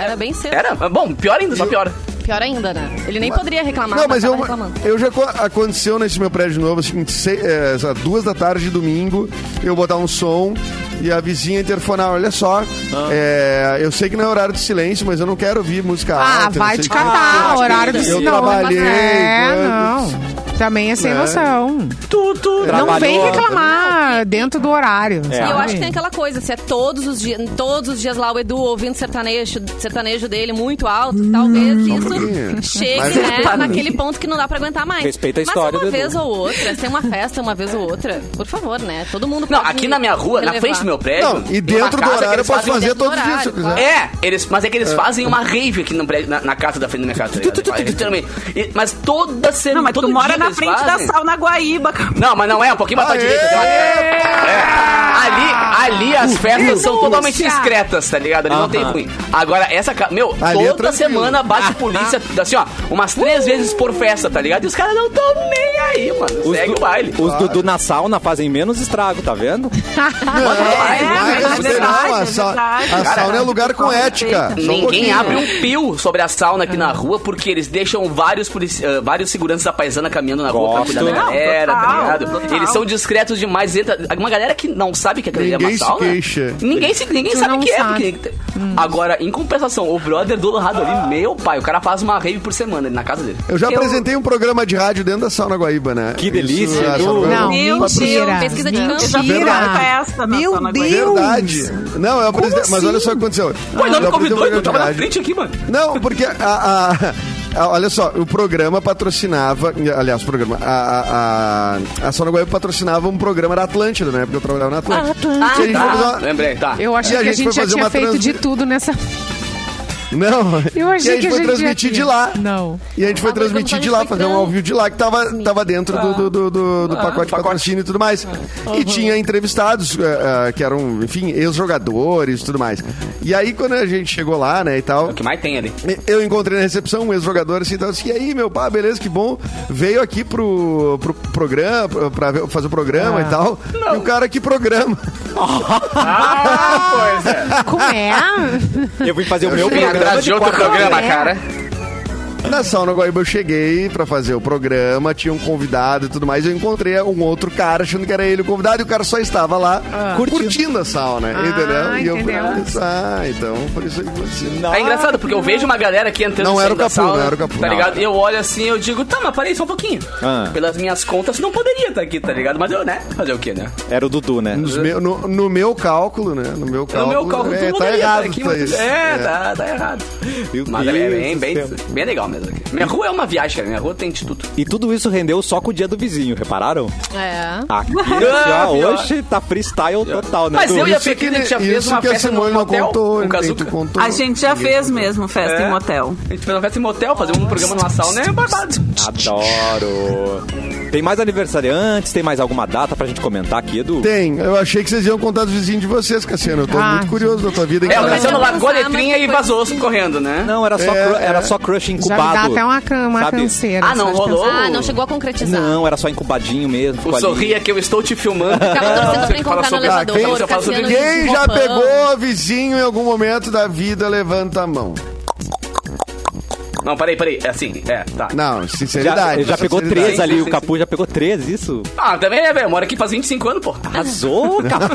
S4: Era bem cedo.
S3: Era? Mas, Bom, pior ainda, só pior.
S4: Pior ainda, né? Ele nem poderia reclamar,
S7: Não, mas
S4: tava
S7: eu,
S4: reclamando.
S7: eu já co- aconteceu nesse meu prédio novo, assim, sei- é, sei lá, duas da tarde, domingo, eu botar um som e a vizinha interfonar, olha só, é, eu sei que não é horário de silêncio, mas eu não quero ouvir música alta.
S2: Ah,
S7: não
S2: vai
S7: sei
S2: te
S7: o quê."
S2: catar,
S1: Ah,
S2: horário do
S7: eu
S2: sinal.
S7: trabalhei,
S2: É,
S7: quando-
S2: não. Também é sem
S7: É.
S2: noção.
S3: Tu, tu.
S2: Não vem
S1: Trabalhou.
S7: né?
S2: reclamar dentro do horário.
S1: É.
S4: E eu
S2: sabe?
S4: acho que tem aquela coisa, se é todos os dias, todos os dias lá o Edu ouvindo sertanejo, sertanejo dele muito alto, talvez
S7: pouquinho.
S4: isso chegue,
S7: Hum. Mas-
S4: né,
S7: tá
S4: naquele ponto que não dá pra aguentar mais.
S1: Respeita a história
S4: Mas uma
S1: do
S4: vez
S1: Edu.
S4: ou outra, se tem uma festa uma vez ou outra, por favor, né? Todo mundo
S3: Não,
S4: pode
S3: aqui na minha rua, na
S4: relevar.
S3: frente do meu prédio.
S7: Não,
S3: tem
S7: e
S3: uma
S7: dentro do
S3: É, casa que
S7: horário eu
S3: eles
S7: posso
S3: fazem- um
S7: fazer
S4: dentro do
S7: todos os dias né? se eu
S4: horário,
S7: quiser.
S3: É, eles, mas é que eles fazem uma rave aqui no prédio, na, na casa da frente da minha casa. tá ligado? Eles fazem literalmente. E- Mas toda semana.
S5: Não, mas
S3: todo
S5: tu mora
S3: dia
S5: na
S3: eles
S5: frente
S3: fazem.
S5: da sauna Guaíba, cara.
S3: Não, mas não é, um pouquinho mais pra
S7: Aê!
S3: direita. tem uma- É. Ali, ali
S7: Uh,
S3: as festas são totalmente discretas, tá ligado? Ali não tem ruim. Agora, essa. ca- Meu,
S7: Ali é
S3: toda
S7: tranquilo.
S3: semana bate polícia, assim, ó, umas três vezes por festa, tá ligado? E os caras não tão nem aí, mano.
S1: Os,
S3: Segue
S1: du-
S3: o baile.
S1: os Dudu na sauna fazem menos estrago, tá vendo?
S5: É,
S7: Mas
S5: mas é
S7: não tem
S5: verdade,
S7: não, a
S5: é
S7: sa-
S5: verdade.
S7: a sauna é lugar com ética. Só um
S3: é, Ninguém
S7: pouquinho.
S3: abre um pio sobre a sauna aqui na rua porque eles deixam vários, polici- ah, vários seguranças da paisana caminhando na rua pra
S1: Gosto.
S3: cuidar da
S5: Não,
S3: galera, tá
S5: total,
S3: ligado?
S5: total.
S3: Eles são discretos demais. Entra uma galera que não sabe que aquele é uma
S7: Ninguém se
S3: sauna.
S7: queixa.
S3: Ninguém, se, ninguém
S2: Tu
S3: sabe
S2: não
S3: que
S2: sabe. Hum.
S3: é. Porque... Agora, em compensação, o brother do lado ali, meu pai, o cara faz uma rave por semana ali na casa dele.
S7: Eu já
S5: Eu-
S7: apresentei um programa de rádio dentro da sauna Guaíba, né?
S1: Que delícia,
S7: a
S1: Edu.
S7: Sauna Guaíba-
S2: Não,
S5: Meu Deus,
S2: mentira.
S4: pesquisa de campo.
S7: Verdade.
S2: mentira.
S5: Festa na
S2: Meu
S5: Zona
S2: Deus.
S7: Verdade. Não, eu apresentei. Mas
S2: assim?
S7: olha só o que aconteceu.
S3: Pô,
S7: Eu
S3: não me
S7: apresentei um
S3: convidou,
S7: programa
S3: eu
S7: de
S3: tava na
S7: rádio.
S3: frente aqui, mano.
S7: Não, porque a, a- a- olha só, o programa patrocinava, aliás, o programa, a, a, a, a Sona Guaíba patrocinava um programa da Atlântida, né? Porque eu trabalhava na Atlântida.
S4: Ah,
S7: E a gente foi
S3: Tá,
S7: fazer uma-
S3: lembrei, tá.
S2: Eu achei
S7: E a
S2: que a gente
S7: gente foi
S2: já
S7: fazer
S2: tinha
S7: uma
S2: feito
S7: trans-
S2: de tudo nessa.
S7: Não,
S2: Eu achei
S7: e a
S2: que
S7: gente
S2: a gente
S7: foi
S2: já
S7: transmitir
S2: tinha.
S7: de lá.
S2: Não.
S7: E a gente foi
S4: Ah, mas quando
S7: transmitir de
S4: a gente
S7: lá,
S4: foi
S7: fazer um ao vivo de lá, que tava, tava dentro do, do, do, do- do pacote de patrocínio e tudo mais. E tinha entrevistados, eh, eh, que eram, enfim, ex-jogadores e tudo mais. E aí, quando a gente chegou lá, né, e tal,
S3: É O que mais tem ali?
S7: eu encontrei na recepção um ex-jogador assim, então assim, e aí, meu pá, beleza, que bom. Veio aqui pro, pro programa, pra- pra ver- fazer o programa
S2: Ah.
S7: e tal. E o cara que programa.
S3: Ah, pois é.
S2: Como é?
S1: Eu vim fazer o
S7: um
S1: meu
S3: Vem
S1: programa.
S3: atrás de outro
S1: quarta-
S3: programa,
S2: É.
S3: cara.
S7: Na Sauna Guaíba eu cheguei pra fazer o programa, tinha um convidado e tudo mais. Eu encontrei um outro cara achando que era ele o convidado e o cara só estava lá curtindo. a sauna, entendeu? E eu falei,
S2: entendeu.
S7: ah, então por isso aí que você.
S1: Não.
S3: É engraçado, porque eu vejo uma galera aqui entrando
S7: Não
S3: e
S7: era o
S3: saindo da
S7: Capu,
S3: sala,
S7: não era o Capu.
S3: Tá
S7: Não.
S3: ligado? Eu olho assim eu digo, tá, mas parei só um pouquinho.
S1: Ah.
S3: Pelas minhas contas, não poderia estar aqui, tá ligado? Mas eu, né? Fazer o quê, né?
S1: Era o Dudu, né?
S7: Nos meu- no, no meu cálculo, né? No meu
S3: No
S7: cálculo.
S3: meu cálculo,
S7: é,
S3: tu
S7: tá
S3: poderia
S7: errado.
S3: estar aqui,
S7: tá
S3: mas...
S7: isso.
S3: É, Tá, tá errado.
S1: Meu
S3: Mas é
S1: Deus
S3: bem,
S1: do
S3: bem,
S1: céu.
S3: bem legal mesmo. aqui. Minha rua é uma viagem, cara. Minha rua tem de tudo.
S1: E tudo isso rendeu só com o dia do vizinho, repararam?
S4: É.
S1: Aqui,
S3: Ah,
S1: ó,
S3: pior.
S1: hoje tá freestyle total, né?
S3: Mas
S1: Dudu?
S3: eu e a
S7: Isso que-
S3: Pequena, a gente já fez
S7: Isso
S3: uma
S7: que a
S3: festa no
S7: Simone não
S3: hotel,
S7: contou,
S3: com o
S7: nem tu
S3: Kazuca.
S7: contou.
S5: A gente já fez mesmo festa
S3: É.
S5: em motel.
S3: A gente fez uma festa em motel, fazer um programa numa sauna, né? Babado.
S1: Adoro. Tem mais aniversariantes? Tem mais alguma data pra gente comentar aqui, Edu?
S7: Tem, eu achei que vocês iam contar dos vizinhos de vocês, Cassiano. Eu tô
S2: Ah.
S7: muito curioso da tua vida. hein,
S3: É, o
S7: cara?
S3: Cassiano
S4: Não,
S3: largou a
S4: mas
S3: letrinha e
S4: depois-
S3: vazou correndo, né?
S1: Não, era só,
S7: É,
S1: cru-
S7: é.
S1: era só crush
S2: Já me
S1: incubado.
S2: dá até uma, can- uma
S1: sabe?
S2: canseira.
S3: Ah, não,
S2: só de
S3: rolou.
S2: pensar.
S4: Ah, não chegou a concretizar.
S1: Não, era só incubadinho mesmo.
S3: O
S1: ficou ali.
S3: sorria que eu estou te filmando.
S4: Tava torcendo pra
S3: Você fala
S4: encontrar no
S3: sobre-
S7: Ah,
S4: elevador.
S7: quem-
S3: eu falo sobre-
S4: Cassiano
S7: Quem já
S4: roupão.
S7: pegou vizinho em algum momento da vida, levanta a mão.
S3: Não, peraí, peraí. É assim, é, tá.
S7: Não,
S1: Já,
S7: sinceridade.
S1: já pegou
S7: sinceridade.
S1: três ali,
S3: Sim, sim,
S1: o
S3: sim.
S1: Capu já pegou três, isso?
S3: Ah, também, né, velho? Eu moro aqui faz 25 anos, pô.
S7: Uh.
S1: Arrasou, Capu!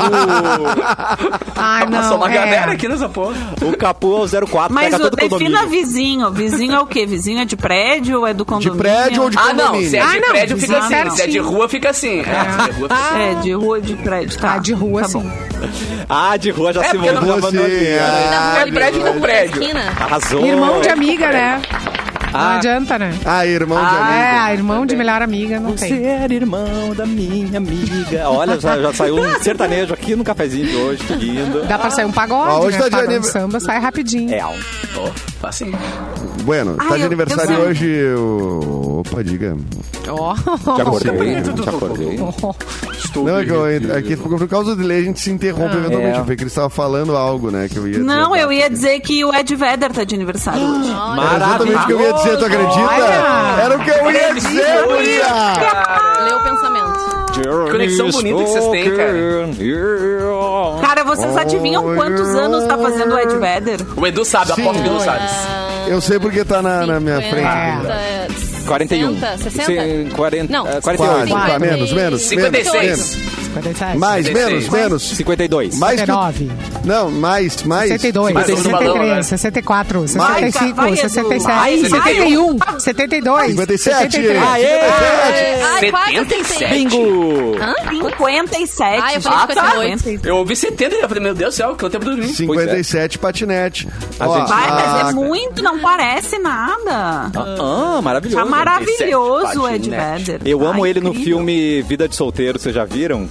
S2: Ah, não.
S3: Passou Tá uma
S2: é.
S3: galera aqui nessa porra.
S1: o Capu é o 04,
S5: Mas
S1: pega
S5: o,
S1: todo o
S5: defina
S1: condomínio.
S5: vizinho. Vizinho é o quê? Vizinho é de prédio ou é do
S7: De
S5: condomínio?
S7: prédio ou de
S3: Ah, não.
S7: condomínio?
S3: Se é de
S2: Ah, não,
S3: prédio, fica assim.
S5: exato.
S3: Se é de rua, fica assim. É,
S4: Ah.
S3: se é de rua, fica assim.
S5: É, de rua ou de prédio, tá.
S2: Ah, de rua,
S5: tá
S2: sim.
S5: bom.
S1: Ah, de rua já
S3: É,
S1: se
S3: porque
S1: mudou.
S7: não-
S1: abandonou
S7: Você,
S1: ali, né?
S4: Na rua,
S3: É
S4: ali,
S3: prédio
S4: na
S3: com
S4: rua da
S3: prédio.
S1: é.
S4: esquina.
S1: Arrasou.
S2: Irmão de amiga, né? Não adianta, né?
S7: Ah, irmão de amigo.
S2: É, irmão de melhor amiga, não
S1: Você
S2: tem.
S1: era irmão da minha amiga. Olha, já, já saiu um sertanejo aqui no cafezinho de hoje, que lindo.
S2: Dá pra sair um pagode,
S7: Ah, hoje
S2: né?
S7: tá de
S2: Pagode
S7: anive-
S2: samba sai rapidinho.
S1: É, ó.
S4: Ah.
S3: Ó, fácil.
S7: Bueno, tá
S5: é. Ai,
S7: de
S5: eu-
S7: aniversário
S5: eu sei.
S7: hoje. o- Opa, diga.
S2: Ó.
S1: Te acordei, te acordei. Estou
S7: Não, é que eu, é que por causa dele a gente se interrompe
S1: É.
S7: eventualmente. Eu pensei que ele estava falando algo, né? Que eu ia
S5: Ah.
S1: tá.
S5: Não,
S7: dizer,
S5: eu ia dizer que o Ed Vedder tá de aniversário hoje.
S4: Olha,
S1: Mara-
S7: Era exatamente o que eu ia dizer, tu acredita?
S2: Olha!
S7: Era o que eu ia dizer, guria!
S4: leu o pensamento.
S3: Conexão bonita que vocês têm, cara.
S5: Cara, vocês adivinham quantos anos tá fazendo o Ed Vedder?
S3: O Edu sabe,
S7: Sim.
S3: aposto que o Edu sabe.
S7: Eu sei porque tá na, na minha frente. aqui.
S1: 41.
S4: 60, 60?
S1: Sim, 40,
S4: Não,
S1: um.
S3: Ah,
S1: eh,
S7: Quase,
S1: 48.
S4: Cinquenta
S7: tá,
S4: e- um.
S7: menos, menos.
S3: 56.
S7: Menos,
S2: é Mais.
S7: mais, menos, menos.
S1: 52.
S5: É
S7: Mais que,
S2: 69,
S7: não, mais, mais.
S2: 62,
S3: Mais um
S2: 63,
S3: balão, né?
S2: 64,
S5: Mais,
S2: 65,
S5: vai, Edu.
S2: 67,
S5: Mais.
S2: 71, 72,
S7: 57.
S2: 73.
S1: Aê!
S4: Ai, quase
S3: 77.
S4: 60.
S1: Bingo!
S5: 57.
S4: Ah, eu
S5: gente.
S4: falei
S5: Ah, tá.
S4: 58.
S5: 50.
S3: Eu ouvi 70 e eu falei, meu Deus do céu, que eu tempo dormi.
S7: 57 patinete.
S1: é.
S7: ah,
S1: A gente-
S5: Vai, mas
S7: a-
S5: é muito, não parece nada.
S1: Ah, maravilhoso.
S5: Tá maravilhoso o Ed
S3: 57
S5: Vedder.
S1: Eu amo
S5: Ai,
S1: ele no
S5: incrível.
S1: filme Vida de Solteiro, vocês já viram?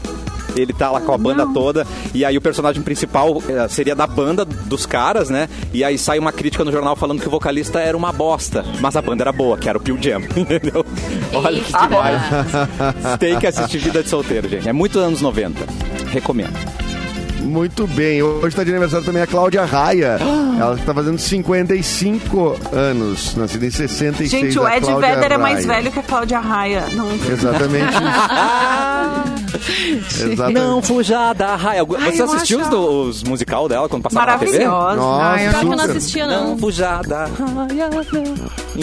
S1: Ele tá lá com a banda toda, e aí o personagem principal eh, seria da banda dos caras, né? E aí sai uma crítica no jornal falando que o vocalista era uma bosta, mas a banda era boa, que era o Pearl Jam, entendeu? Olha que
S4: Eita.
S1: demais. Tem que assistir Vida de Solteiro, gente. É muito anos 90. Recomendo.
S7: Muito bem. Hoje tá de aniversário também a Cláudia Raia.
S5: Ah.
S7: Ela tá fazendo 55 anos. Nascida em 66.
S5: Gente, o
S7: a
S5: Ed
S7: Cláudia
S5: Vedder é mais
S7: Raia.
S5: velho que a Cláudia Raia. Não,
S7: Exatamente. isso. Exatamente.
S1: Não fuja da raia. Você
S2: eu
S1: assistiu os,
S2: achava.
S1: do- os musical dela quando passava na TV?
S5: maravilhosa.
S7: Nossa,
S2: Ah, eu
S4: Pior que eu não
S7: super.
S4: assistia,
S1: Não
S4: não.
S1: fuja da raia.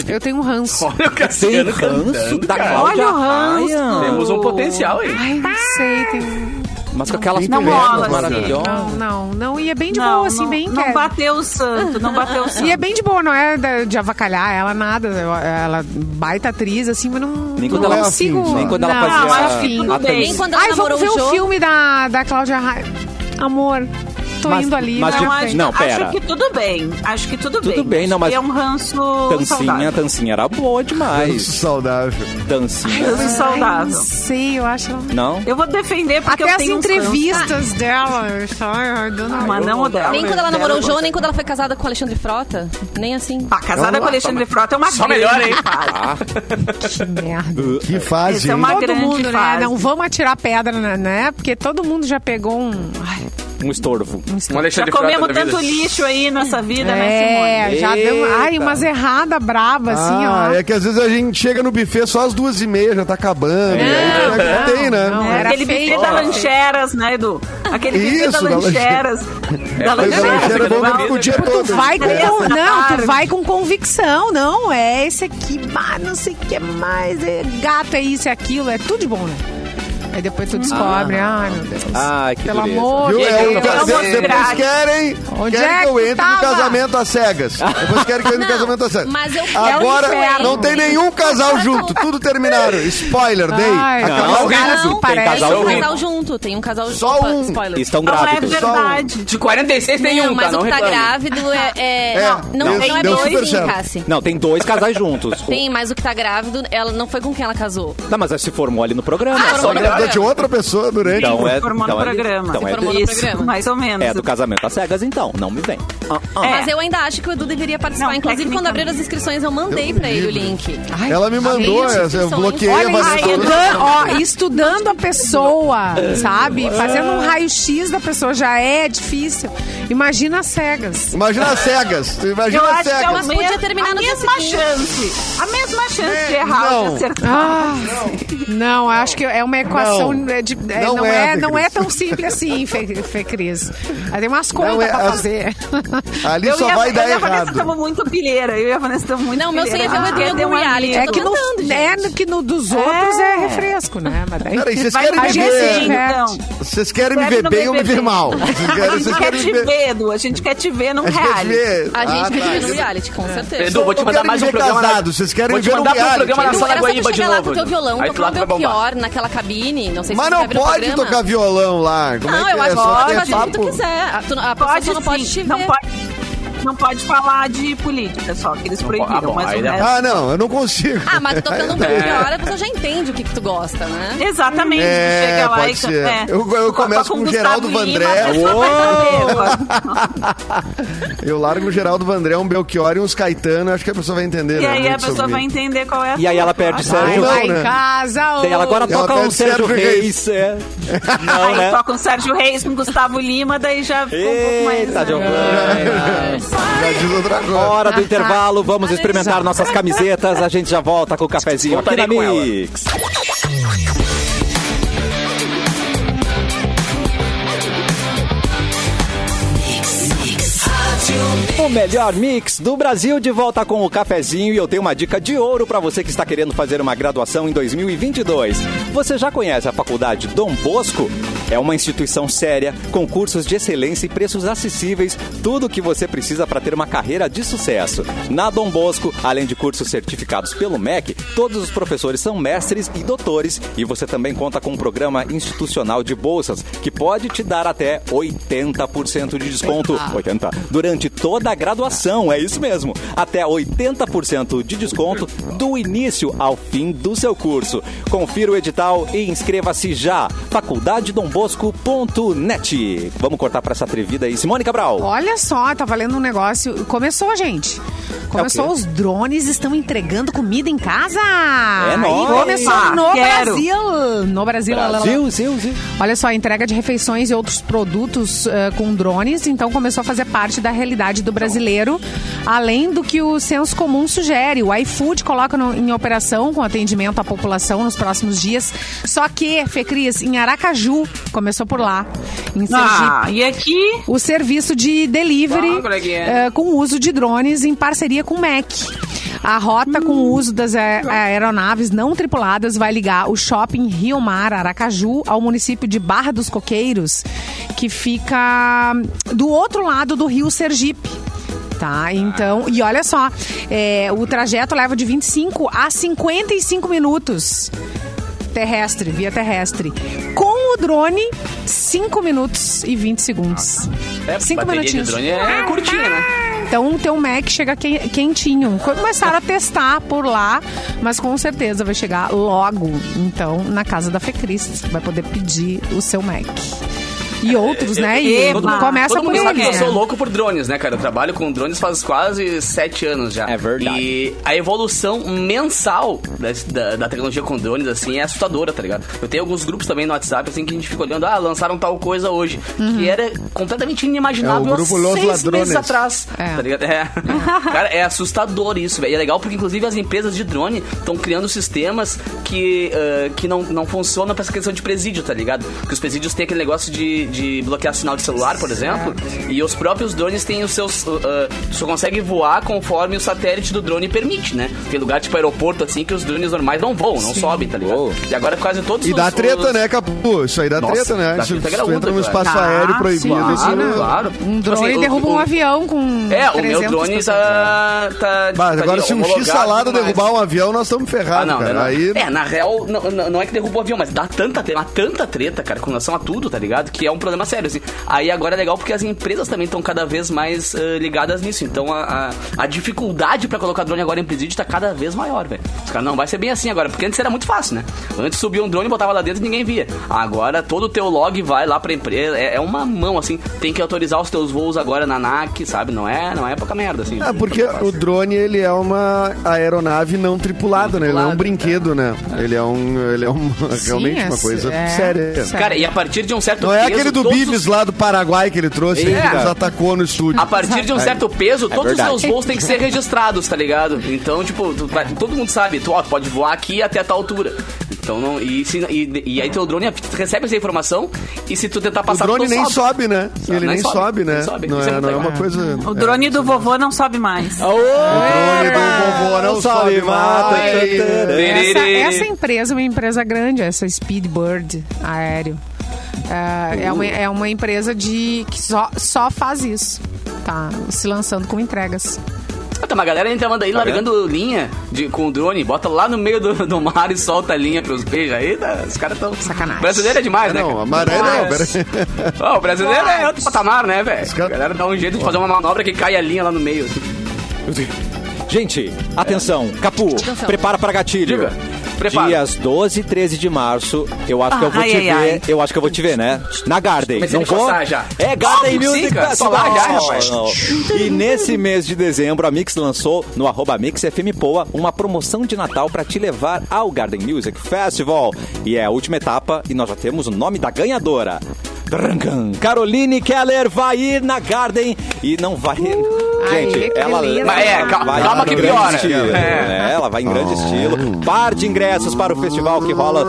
S2: Eu tenho um ranço.
S3: Olha o
S1: Tem
S3: Cassiano
S1: ranço
S3: cantando,
S1: da
S3: cara.
S1: Cláudia
S5: Olha o ranço.
S1: Raia.
S3: Temos um potencial aí.
S2: Ai,
S5: Ah.
S2: não sei, tem...
S1: Mas com aquelas
S7: Não
S1: pernas
S5: rola, assim.
S2: Não,
S1: maravilhosas.
S2: não, não. E é bem de boa, assim,
S5: não,
S2: bem
S5: não
S2: quieto.
S5: bateu o santo, não bateu o santo.
S2: E é bem de boa, não é da- de avacalhar ela nada. eu- Ela baita atriz, assim, mas não,
S1: Nem
S2: não
S1: quando ela-
S2: consigo.
S7: nem
S1: quando ela
S2: não,
S1: fazia
S2: eu acho
S1: a-
S2: afim.
S1: a
S5: bem.
S4: Nem quando ela
S2: Ai,
S4: namorou
S2: vamos ver
S4: o
S2: o
S5: um
S4: Jô.
S2: filme da, da Cláudia Raia. Amor, tô
S1: Mas-
S2: indo ali. né?
S1: mas
S2: vai
S1: de-
S2: lá,
S5: Não, acho,
S1: não, pera.
S2: frente.
S5: acho que tudo bem. Acho que tudo,
S1: Tudo
S5: bem.
S1: bem, não,
S5: Acho
S1: mas-
S5: que É um ranço
S1: Tancinha, tá
S5: saudável.
S1: Tancinha era boa demais.
S7: Saudável.
S1: Tancinha.
S5: Um Ranço
S2: Ai, não
S5: saudável.
S2: sei, eu acho... ela-
S1: Não?
S5: Eu vou defender porque
S2: Até
S5: eu
S2: as
S5: tenho uns Ah.
S2: entrevistas dela, eu só- eu dando
S5: ranços,
S2: uma...
S5: Mas não o dela.
S4: Nem quando ela namorou o João, nem quando ela foi casada com o Alexandre Frota. Nem assim.
S5: Pá, Ah, casada com Alexandre Frota é uma
S3: Só
S5: grande
S3: melhor, hein?
S5: fase.
S2: Que merda.
S7: Que fase.
S5: Esse é
S7: hein?
S5: uma-
S2: Todo
S5: grande
S2: mundo, né?
S5: fase.
S2: Não vamos atirar pedra, né, né? Porque todo mundo já pegou um... Ai,
S1: Um estorvo.
S3: Um
S5: Já
S3: Alexandre
S5: comemos
S3: Frota da
S5: tanto
S3: vida.
S5: lixo aí nessa vida, né, Simone?
S2: É, já deu. Ai, umas erradas brabas, assim,
S7: ah,
S2: ó.
S7: é que às vezes a gente chega no buffet só às duas e meia, já tá acabando. e aí como é que tem, né?
S2: não, era
S5: Aquele
S2: feio.
S5: buffet da Lancheras, né, Edu? Aquele buffet da
S7: Isso, da
S5: Lancheras. Da
S7: Mas a lancheira
S5: Lancheras.
S7: é bom que fica o dia todo.
S2: Vai com,
S5: É.
S2: con- não,
S5: Claro.
S2: tu vai com convicção, não. É esse aqui, bah, não sei o que mais. É gato, é isso, é aquilo, é tudo de bom, né? Aí depois
S5: Uhum.
S2: tu descobre,
S7: Ah.
S2: ai meu Deus.
S1: Ai, que
S2: Pelo
S1: dureza.
S2: amor
S7: Viu?
S2: de
S7: É o
S2: Deus.
S5: Vamos
S7: casamento- depois
S5: mostrar.
S7: querem,
S2: Onde
S7: querem
S2: é
S7: que eu
S2: que
S7: entre no
S2: tava?
S7: casamento às cegas. Depois querem que eu entre no
S4: Não,
S7: casamento às cegas.
S4: mas eu
S5: um
S4: quero
S7: Agora
S4: inferno.
S7: não tem nenhum casal
S5: tá-
S7: junto, tudo terminaram. Spoiler, dei.
S2: Ai,
S7: Acabou
S2: não,
S7: o
S2: cara,
S7: caso.
S4: Não,
S2: Tem
S4: parece
S1: casal
S4: tem um
S1: junto.
S4: casal junto. Tem um casal
S7: Só
S4: Opa,
S7: um.
S4: Spoiler.
S1: Estão
S5: Não é
S1: grávidos.
S5: verdade.
S3: De 46 tem
S4: não,
S3: um,
S4: mas
S3: tá? Não
S4: o que tá
S3: reclame.
S4: grávido é. é-
S7: É,
S4: não, não,
S7: deu-
S4: não é
S7: deu
S4: bem
S7: super
S4: assim,
S7: certo.
S4: Cassi.
S1: Não, tem dois casais juntos.
S4: Tem, mas o que tá grávido, ela não foi com quem ela casou.
S1: Não, mas é, se formou ali no programa.
S4: Ah,
S1: só
S7: Só
S4: formou.
S1: gra-
S7: gravidou de outra pessoa durante.
S1: Então é.
S5: Formou no
S1: então é-
S5: programa.
S1: Então
S5: Se
S1: é,
S4: formou no
S5: Isso,
S4: programa.
S5: mais ou menos.
S1: é do casamento às cegas, então. Não me vem.
S5: É.
S4: Mas eu ainda acho que o Edu deveria participar.
S5: Não,
S4: Inclusive, quando
S5: tecnicamente.
S4: abriram as inscrições, eu mandei pra ele o link.
S7: Ela me mandou, é,
S4: gente,
S7: eu
S4: são
S7: bloqueei a
S2: Olha,
S7: vacina.
S2: estudando, ó, estudando a pessoa, sabe?
S7: Ah.
S2: Fazendo um raio-x da pessoa já é difícil. Imagina as cegas.
S7: Imagina as cegas. tu
S5: Eu
S7: Imagina as
S5: acho que é o
S7: cegas.
S4: Mas podia
S5: mesmo-
S4: terminar
S5: a
S4: no dia
S5: mesma
S4: seguinte.
S5: chance. A mesma chance de errar
S7: não.
S5: ou de acertar.
S2: Ah, não, acho que é uma equação
S7: Não.
S2: é de- é,
S7: Não
S2: não,
S7: é,
S2: é,
S7: Fê
S2: não é
S7: Cris.
S2: tão simples assim, Fê, Fê Cris. Aí Tem umas contas
S7: é,
S2: pra
S7: as-
S2: fazer.
S7: Ali
S5: Eu
S7: só
S5: e a-
S7: vai dar
S5: eu e a Vanessa
S7: errado.
S5: estamos muito pilheira. Eu e a Vanessa estamos muito
S4: Não, meu
S5: pilheira.
S4: sonho é ver o
S5: Ah,
S4: Edu em
S5: quer ter
S4: algum
S5: um
S4: reality.
S5: amigo.
S2: É que, no,
S4: mandando, gente.
S2: é no- que no dos outros é, refresco, né? Mas daí...
S7: Peraí, vocês
S5: Vai
S7: querem
S5: no
S7: me
S2: A gente
S7: ver...
S2: sim.
S5: BBB, então.
S7: Vocês querem me
S5: Bebe
S7: ver
S5: no
S7: bem ou me
S5: BBB.
S7: ver mal? Vocês
S5: A
S7: querem,
S5: gente
S7: vocês
S5: quer
S7: querem
S5: te ver, Edu. A gente quer te ver num
S7: A gente quer
S5: reality.
S7: ver.
S4: A gente
S7: Ah,
S4: quer
S7: tá.
S4: viver no reality, com certeza.
S3: Edu, vou te
S7: Eu
S3: mandar
S7: quero
S3: mais
S7: me
S3: um
S7: ver
S3: programa.
S7: casado,
S3: na-
S7: vocês querem
S3: Vou
S7: me
S3: te
S7: ver no
S3: mandar pro
S7: reality.
S3: programa na
S4: Edu,
S3: sala
S4: era só tu
S3: Guaíba de
S4: chegar lá com
S3: novo.
S4: o teu violão,
S3: Aí tu
S4: tocar
S3: lá
S4: o
S3: tu
S4: meu
S3: vai bombar.
S4: pior naquela cabine. Não sei se
S7: Mas
S4: você
S7: não
S4: vai ver no
S7: pode
S4: programa.
S7: tocar violão lá. Como é
S4: Não,
S7: que
S4: eu
S7: é?
S4: acho que
S7: Só
S4: pode
S7: é
S4: fazer o que tu
S7: papo.
S4: quiser. A, tu, não- a pessoa
S5: Pode
S4: só não pode
S5: sim.
S4: te ver.
S5: Não pode. não pode falar de política só, que eles proibiram.
S3: Ah, bom,
S5: mas
S3: aí
S5: o
S3: dá-
S5: resto...
S7: Ah, não, eu não consigo.
S4: Ah, mas tu tocando um pouquinho
S3: É.
S4: na hora, a pessoa já entende o que, que tu gosta, né?
S5: Exatamente, tu
S7: É,
S5: chega lá
S7: pode
S5: e...
S7: ser.
S5: é.
S7: Eu- eu
S5: Tu
S7: começo
S5: toca um
S7: com o Geraldo
S5: Gustavo Lima,
S7: Vandré.
S5: a pessoa vai saber.
S7: Eu largo o Geraldo Vandré, um Belchior e uns Caetano, acho que a pessoa vai entender.
S5: E
S7: né,
S5: aí
S7: muito
S5: a pessoa
S7: sobre
S5: vai
S7: mim.
S5: entender qual é a
S1: E aí ela perde
S7: Ai,
S2: Vai
S1: Sérgio.
S7: não,
S2: lá
S7: né?
S2: em casa, ô.
S1: Daí ela agora
S7: Ela
S1: toca
S7: pede
S1: um Sérgio
S7: Sérgio Reis.
S1: Reis. é. Não,
S5: Aí
S1: né?
S5: Oh. toca um Sérgio Reis com Gustavo Lima, daí já ficou um pouco mais...
S1: Eita, Giovanni.
S7: Já diz outra coisa.
S1: Hora
S5: Ah, tá.
S1: do intervalo, vamos experimentar nossas camisetas. A gente já volta com o cafezinho aqui na
S3: Voltarei com ela.
S1: Mix. O melhor mix do Brasil de volta com o cafezinho e eu tenho uma dica de ouro para você que está querendo fazer uma graduação em 2022. Você já conhece a Faculdade Dom Bosco? É uma instituição séria, com cursos de excelência e preços acessíveis, tudo o que você precisa para ter uma carreira de sucesso. Na Dom Bosco, além de cursos certificados pelo MEC, todos os professores são mestres e doutores e você também conta com um programa institucional de bolsas que pode te dar até 80% de desconto. 80. Durante toda a graduação, é isso mesmo. Até 80% de desconto do início ao fim do seu curso. Confira o edital e inscreva-se já. faculdadedombosco.net. Vamos cortar para essa atrevida aí, Simone Cabral.
S2: Olha só, tá valendo um negócio. Começou, gente. Começou, os drones estão entregando comida em casa.
S1: É
S2: E
S1: nóis.
S2: Começou no
S5: Quero.
S2: Brasil. No Brasil. lá, lá, lá.
S1: Brasil, Zil, Zil.
S2: Olha só, a entrega de refeições e outros produtos eh, com drones, então começou a fazer parte da realidade do brasileiro, além do que o senso comum sugere. O iFood coloca no- em operação com atendimento à população nos próximos dias. Só que, Fecris, em Aracaju, começou por lá, em Sergipe.
S5: Ah, e aqui...
S2: O serviço de delivery
S3: Bom, coleguinha.
S2: eh, com o uso de drones em parceria com o MEC. A rota com o uso das aer- aeronaves não tripuladas vai ligar o shopping Rio Mar, Aracaju, ao município de Barra dos Coqueiros, que fica hum, do outro lado do rio Sergipe. Tá, então, e olha só, é, o trajeto leva de 25 a 55 minutos terrestre, via terrestre. Com o drone, 5 minutos e 20 segundos.
S3: É,
S2: 5
S3: bateria de
S2: minutinhos. Ah,
S3: drone é curtinha, né?
S2: Então o teu Mac chega que- quentinho. Começaram a testar por lá, mas com certeza vai chegar logo. Então, na casa da Fecris, vai poder pedir o seu Mac. E outros, né? E
S5: Eba!
S2: começa por
S3: Todo mundo sabe
S2: eles,
S3: que eu sou
S2: né?
S3: louco por drones, né, cara? Eu trabalho com drones faz quase sete anos já.
S1: É verdade.
S3: E a evolução mensal das- da, da tecnologia com drones, assim, é assustadora, tá ligado? Eu tenho alguns grupos também no WhatsApp, assim, que a gente fica olhando, ah, lançaram tal coisa hoje, que era completamente inimaginável
S7: Uhum. É, o grupo
S3: há
S7: Los
S3: seis
S7: Ladrones.
S3: meses atrás,
S2: É.
S3: tá ligado? É. Cara, é assustador isso, velho. E é legal porque, inclusive, as empresas de drone estão criando sistemas que, ah, que não, não funcionam pra essa questão de presídio, tá ligado? Porque os presídios têm aquele negócio de, de bloquear sinal de celular, por exemplo, e os próprios drones têm os seus... ah, ah, só consegue voar conforme o satélite do drone permite, né? Tem lugar, tipo aeroporto, assim, que os drones normais não voam, não sobem, tá ligado?
S1: Uou.
S3: E agora quase todos
S7: E
S3: os...
S7: dá treta,
S3: os-
S7: né, Capu? Isso aí dá
S3: Nossa,
S7: treta, né?
S3: dá
S7: Se
S3: treta
S7: tu
S3: graúda,
S7: entra num
S3: cara.
S7: espaço
S5: Ah,
S7: aéreo proibido, assim,
S3: Claro,
S7: né? isso
S3: claro.
S7: não-
S2: Um
S3: Tipo assim,
S2: drone
S3: o-
S2: derruba
S3: o-
S2: um avião com.
S3: É, o meu
S2: 300
S3: drone
S2: pessoas.
S3: tá... tá
S7: Mas
S3: tá
S7: agora,
S3: ali,
S7: se um
S3: homologado
S7: X-salada
S3: e tudo mais.
S7: derrubar um avião, nós estamos ferrados,
S3: Ah, não,
S7: cara.
S3: né, não.
S7: Aí,
S3: É, na real, não, não- não é que derruba o avião, mas dá tanta treta, mas tanta treta, cara, com relação a tudo, tá ligado? Que é um problema sério, assim. Aí agora é legal porque as empresas também estão cada vez mais eh, ligadas nisso. Então a, a, a dificuldade pra colocar drone agora em presídio tá cada vez maior, velho. Os caras, não, vai ser bem assim agora, porque antes era muito fácil, né? Antes subia um drone, botava lá dentro e ninguém via. Agora todo o teu log vai lá pra empresa, é, é uma mão, assim. Tem que autorizar os teus voos agora na NAC, sabe? Não é, não é pouca merda, assim.
S7: É, porque o drone, ele é uma aeronave não tripulada, né? Ele não é um brinquedo, né? Ele é um... Ele é um, realmente
S2: é
S7: uma coisa
S2: sé-
S7: séria.
S2: sério.
S3: Cara, e a partir de um certo
S7: Não é
S3: peso,
S7: aquele do
S3: todos os-
S7: Bibis lá do Paraguai que ele trouxe,
S3: É.
S7: aí que nos atacou no estúdio.
S3: A partir
S7: É.
S3: de um certo peso, todos os
S1: verdade.
S3: seus voos têm que ser registrados, tá ligado? Então, tipo, tu vai- todo mundo sabe, tu ó, pode voar aqui até tal altura. Então não. E, se- e- e aí teu drone recebe essa informação e se tu tentar
S7: O
S3: passar
S7: drone
S3: tu
S7: nem sobe, né?
S3: Sobe,
S7: ele
S3: nem
S7: nem sobe,
S3: sobe,
S7: né?
S3: nem sobe.
S7: Não,
S3: Isso é
S7: é,
S3: muito
S7: não é
S3: legal.
S7: uma coisa...
S5: O
S1: É.
S5: drone do vovô não sobe mais.
S7: Drone do vovô não sobe mais.
S2: Essa,
S3: Tererê.
S2: essa empresa é uma empresa grande, essa Speedbird Aéreo. É, é uma, é uma empresa de que só, só faz isso. Tá se lançando com entregas.
S3: Ah, Tem uma galera ainda manda
S7: Tá
S3: aí largando linha de, com o drone, bota lá no meio do, do mar e solta a linha pros beijos. Aí tá- os caras tão.
S2: Sacanagem.
S3: Brasileiro é demais, né?
S7: Não,
S3: cara?
S7: a maré não, pera
S3: Ó, o brasileiro é outro patamar, né, velho? A
S7: caras-
S3: galera dá um jeito de fazer uma manobra que cai a linha lá no meio. assim.
S1: Gente, atenção. Capu,
S4: Atenção.
S1: prepara pra gatilho.
S3: Diga. Prepara.
S1: Dias 12 e 13 de março, eu acho que eu vou
S5: Ai,
S1: te
S5: ai,
S1: ver.
S5: ai.
S1: Eu acho que eu vou te ver, né? Na Garden.
S3: Comecei
S1: não
S3: a
S1: vou?
S3: coçar já.
S1: É Garden
S3: Óbvio,
S1: Music
S3: sim, cara. Tô lá já, rapaz.
S1: E nesse mês de dezembro, a Mix lançou no arroba Mix FM Poa uma promoção de Natal pra te levar ao Garden Music Festival. E é a última etapa e nós já temos o nome da ganhadora. Trancan. Caroline Keller vai ir na Garden e não vai.
S5: Uh!
S2: Ai,
S1: Gente,
S2: que
S1: ela.
S2: beleza.
S1: ela
S3: Mas é, cal-
S1: vai
S3: calma
S1: em
S3: que
S1: grande
S3: piora.
S1: estilo,
S3: É.
S1: né? Ela vai em grande estilo. Par de ingressos para o festival que rola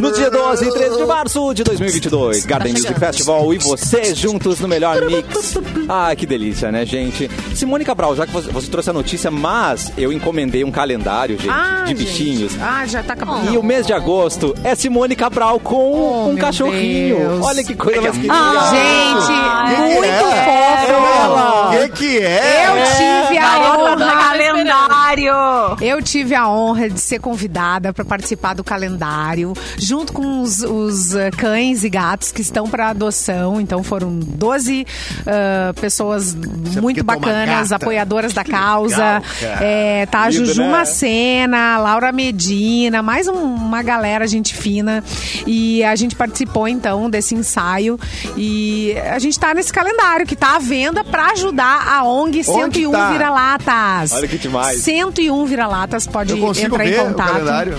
S1: no dia 12 e 13 de março de 2022.
S2: Tá
S1: Garden Music
S4: chegando.
S1: Festival e você juntos no melhor mix. Ah, que delícia, né, gente? Simone Cabral, já que você, você trouxe a notícia, mas eu encomendei um calendário, gente,
S2: Ah,
S1: de
S2: gente.
S1: bichinhos.
S2: Ah, já tá acabando.
S1: E o mês de agosto é Simone Cabral com
S2: Oh,
S1: um
S2: meu
S1: cachorrinho.
S2: Deus.
S1: Olha que
S3: É
S1: coisa mais querida.
S2: Ah, gente, muito
S7: O
S2: fofo.
S7: é? que que é?
S2: Eu tive a
S5: Garota do
S2: honra.
S5: tá calendário!
S2: Eu tive a honra de ser convidada para participar do calendário, junto com os, os, eh, cães e gatos que estão para adoção. Então foram 12 ah, pessoas
S6: porque
S2: muito
S6: tu é uma
S2: bacanas,
S6: gata.
S2: apoiadoras da causa.
S6: legal, cara.
S2: É, tá a
S1: Lindo,
S2: Juju
S1: né?
S2: Macena, a Laura Medina, mais um- uma galera, gente fina. E a gente participou então desse ensaio. E a gente tá nesse calendário que tá à venda para ajudar a ONG 101
S7: tá?
S2: Vira-Latas.
S1: Olha que demais.
S2: 101 vira-latas pode
S7: Eu consigo
S2: entrar em
S7: ver o
S2: contato.
S7: calendário?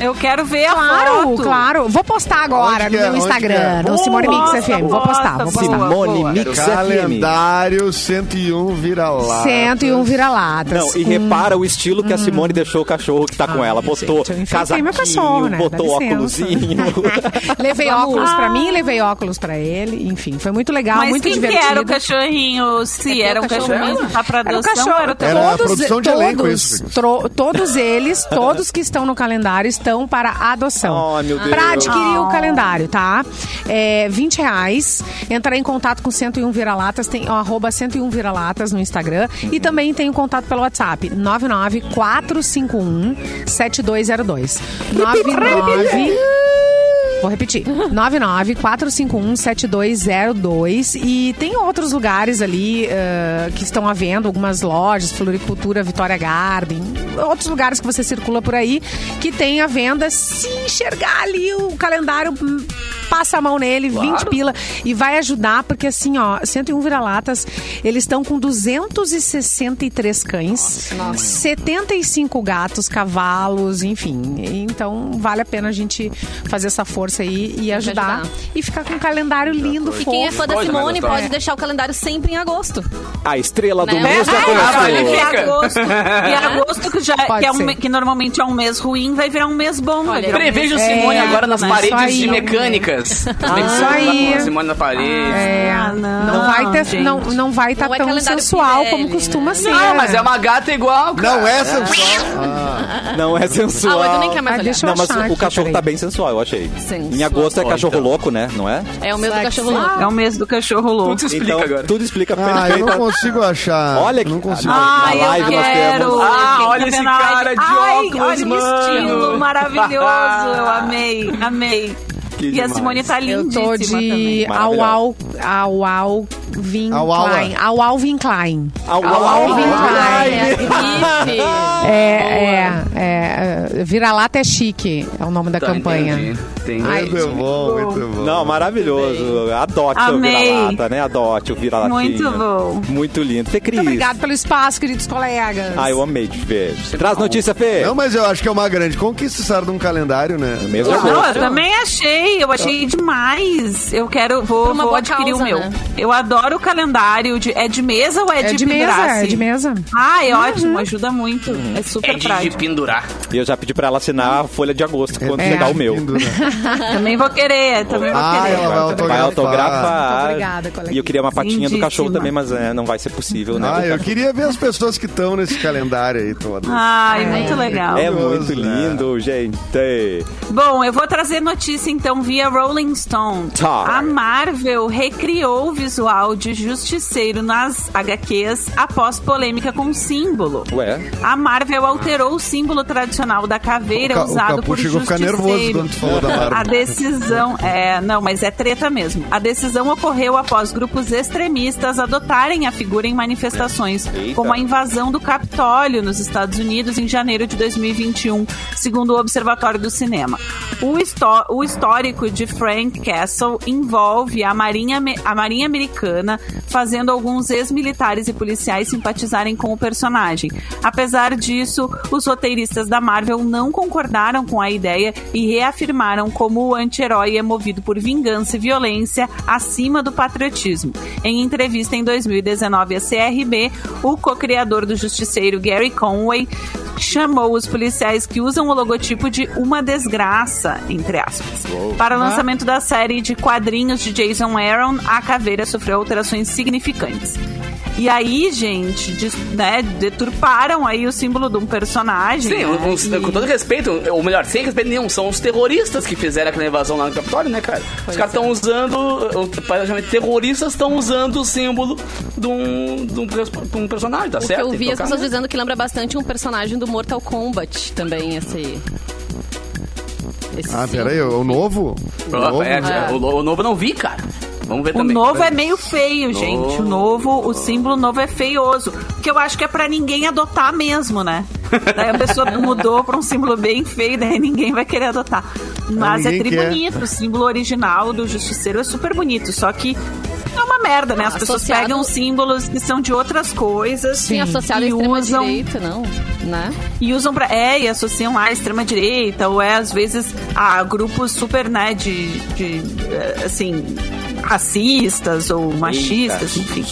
S5: Eu quero ver a
S2: Claro,
S5: foto.
S2: claro. Vou postar agora
S7: Onde
S2: no
S7: que é?
S2: meu
S7: Onde
S2: Instagram,
S7: que é?
S2: no Simone Mix
S5: Nossa,
S2: FM. Vou postar, vou
S5: nossa,
S2: postar.
S5: boa.
S1: Simone Mix FM.
S7: Calendário 101 vira lá.
S2: 101 vira-latas.
S1: Não, e
S7: Hum.
S2: Com-
S1: repara o estilo que a Simone deixou o cachorro que tá com
S7: Ah,
S2: Ai,
S1: ela. Botou
S2: gente, eu enfeitei
S1: casaquinho,
S2: meu cachorro, né? Dá
S1: botou
S2: licença.
S1: óculosinho.
S2: Levei óculos pra mim, levei óculos pra ele. Enfim, foi muito legal,
S5: Mas
S2: Tá muito
S5: quem
S2: divertido. É
S5: que era o cachorrinho? Se era um
S4: cachorro
S5: cachorrinho que tá pra
S2: Era o
S5: adoção,
S2: cachorro.
S1: É,
S5: era o teu-
S7: Era a
S2: todos,
S7: produção de
S2: todos,
S7: elenco isso.
S2: tro- todos eles, todos que estão no calendário estão para adoção.
S1: Oh, meu Deus.
S2: Pra adquirir o calendário, tá? É, 20 reais. Entrar em contato com 101 Vira-Latas, tem ó, arroba 101 Vira-Latas no Instagram. E também tem o contato pelo WhatsApp, 99451-7202. 99... Vou repetir. 994517202. E tem outros lugares ali eh, que estão à venda, algumas lojas, Floricultura, Vitória Garden, outros lugares que você circula por aí que tem à venda. Se enxergar ali o calendário, hum, passa a mão nele, 20 pila e vai ajudar, porque assim, ó, 101 vira-latas, eles estão com 263 cães, 75 gatos, cavalos, enfim. Então vale a pena a gente fazer essa força aí e ajudar,
S4: ajudar.
S2: e ficar com um calendário lindo,
S4: E
S2: fofo.
S4: quem é fã da
S3: Pode, né,
S4: Simone
S3: gostosa?
S4: pode deixar o calendário sempre em agosto.
S1: A estrela do
S4: Né?
S1: mês já
S5: Ah, olha,
S1: começou.
S5: que
S3: Fica.
S5: agosto, que agosto que, já,
S2: Pode
S5: que, é um
S2: ser.
S5: me- que normalmente é um mês ruim, vai virar um mês bom. vai
S4: Olha,
S5: virar um mês-
S3: Prevejo Simone
S2: É,
S3: agora nas
S2: mas
S3: paredes
S2: só aí,
S3: de
S2: não-
S3: mecânicas.
S2: isso aí.
S3: Simone na parede.
S2: É,
S5: Ah,
S2: não,
S5: não,
S2: vai ter,
S5: gente.
S2: não, não vai estar
S4: Não é
S2: tão
S4: calendário
S2: sensual
S4: Pirelli,
S2: como costuma
S4: né?
S2: ser.
S3: Não, mas é uma gata igual, cara.
S7: Não é sensual.
S1: Não é sensual.
S4: Ah, o Edu nem quer mais
S2: Ah,
S4: olhar.
S2: deixa eu
S1: Não, mas
S2: achar
S1: o
S2: aqui,
S1: cachorro tá
S2: peraí.
S1: bem sensual, eu achei.
S4: Sensual.
S1: Em agosto é
S3: Ó,
S1: cachorro
S3: então.
S1: louco, né? Não é?
S4: É o mesmo
S2: Sexy.
S4: cachorro
S3: Ah,
S4: louco.
S5: É o mês do cachorro
S3: Tudo
S5: louco.
S3: se explica
S1: então,
S3: agora.
S1: tudo explica
S7: Ah, eu não
S1: perfeitamente.
S7: consigo achar.
S1: Olha que
S7: Não consigo.
S1: Ah,
S5: Ai,
S1: Na live
S5: eu
S1: nós
S5: quero.
S1: temos.
S3: Ah,
S5: Tem
S3: olha esse
S5: campeonato.
S3: cara de
S5: Ai,
S3: óculos,
S5: olha
S3: mano.
S5: que estilo maravilhoso. Eu amei, amei.
S1: Que
S5: e
S1: demais.
S5: a Simone tá
S2: Eu
S5: lindíssima
S2: tô de
S5: também.
S1: Maravilhosa.
S2: Aual Aual Vin
S7: Auala.
S2: Klein. Aual Vin Klein.
S1: Au,
S2: Au, au,
S1: au,
S2: vem
S1: au.
S2: cá.
S4: Ai, é hippie.
S5: Oh,
S2: É, é, é, é, Vira-lata é chique, é o nome da
S3: Tá, É
S2: campanha.
S3: entendi. Entendi.
S2: Ai,
S7: Muito bom, muito bom.
S1: Não, maravilhoso. Adote o
S5: Amei.
S1: vira-lata, né? Adote o vira-lata.
S5: Muito bom.
S1: Muito lindo. Fê Cris.
S2: Muito obrigado pelo espaço, queridos colegas.
S1: Ah, eu amei te ver. Traz notícia, Fê.
S7: Não, mas eu acho que é uma grande conquista estar num calendário, né?
S1: É Mesmo
S5: Ah, Não,
S1: agosto.
S5: eu também achei, eu achei demais. Eu quero, vou,
S4: Por uma
S5: vou
S4: boa
S5: adquirir
S4: causa,
S5: o meu.
S4: né?
S5: Eu adoro o calendário. de- é de mesa ou é,
S2: é de, mesa,
S5: pendurace?
S2: é de mesa.
S5: Ah, é ótimo, ajuda muito. É super
S3: É de, de
S5: prático.
S3: pendurar.
S1: E eu já pedi pra ela assinar a folha de agosto quando
S2: É.
S1: chegar o meu.
S7: né?
S5: Também vou querer, também vou
S7: Ah,
S1: é.
S5: querer.
S7: ela vai
S1: Vai
S7: autografar.
S1: autografar.
S2: Muito obrigada, coleguinha.
S1: E eu queria uma patinha do
S5: Lindíssima.
S1: cachorro também, mas é, não vai ser possível, né?
S7: Ah, eu queria ver as pessoas que estão nesse calendário aí todo.
S5: Ai, muito legal.
S1: É
S7: Maravilhoso,
S1: muito
S7: né?
S1: lindo, gente.
S5: Bom, eu vou trazer notícia então via Rolling Stone.
S1: Tá.
S5: A Marvel recriou o visual papel de justiceiro nas HQs após polêmica com o símbolo.
S1: Ué?
S5: A Marvel alterou o símbolo tradicional da caveira
S7: O Ca- o
S5: é usado
S7: Capu
S5: por
S7: chegou a ficar
S5: justiceiro.
S7: nervoso quando tu falou da Marvel.
S5: A decisão é, não, mas é treta mesmo. A decisão ocorreu após grupos extremistas adotarem a figura em manifestações,
S1: Eita.
S5: como a invasão do Capitólio nos Estados Unidos em janeiro de 2021, segundo o Observatório do Cinema. O, histó- o histórico de Frank Castle envolve a Marinha, Me- a Marinha Americana fazendo alguns ex-militares e policiais simpatizarem com o personagem. Apesar disso, os roteiristas da Marvel não concordaram com a ideia e reafirmaram como o anti-herói é movido por vingança e violência acima do patriotismo. Em entrevista em 2019 à CRB, o co-criador do Justiceiro Gary Conway chamou os policiais que usam o logotipo de uma desgraça, entre aspas. Para o lançamento da série de quadrinhos de Jason Aaron, a caveira sofreu alterações significantes. E aí, gente, des- né, deturparam aí o símbolo de um personagem.
S3: Sim, um,
S5: né,
S3: uns-
S5: e-
S3: com todo respeito, ou melhor, sem respeito nenhum, são os terroristas que fizeram aquela invasão lá no Capitólio, né, cara? os caras estão usando, praticamente terroristas estão usando o símbolo de um, de um, pres- de um personagem, tá
S4: O que
S3: certo?
S4: eu
S3: Tem que
S4: vi as
S3: tocar.
S4: pessoas dizendo que lembra bastante um personagem do Mortal Kombat também, esse. esse
S7: Ah,
S4: sim.
S7: peraí, o novo? O
S3: Ah,
S7: novo?
S3: é,
S4: né?
S3: o, o novo eu não vi, cara. Vamos ver
S5: O
S3: também.
S5: novo é meio feio, gente. O novo, o símbolo novo é feioso. Porque eu acho que é pra ninguém adotar mesmo, né? Daí a pessoa mudou pra um símbolo bem feio, daí ninguém vai querer adotar. Mas é
S7: ninguém
S5: tri
S7: quer.
S5: bonito. O símbolo original do Justiceiro é super bonito, só que é uma merda, né? As pessoas
S4: Ah, Associado-
S5: pegam símbolos que são de outras coisas
S4: Sim, associado à
S5: e usam
S4: extrema-direita, não? Né?
S5: e usam pra. é e associam à extrema direita ou é às vezes a grupos super né de, de, eh, assim racistas ou machistas, enfim.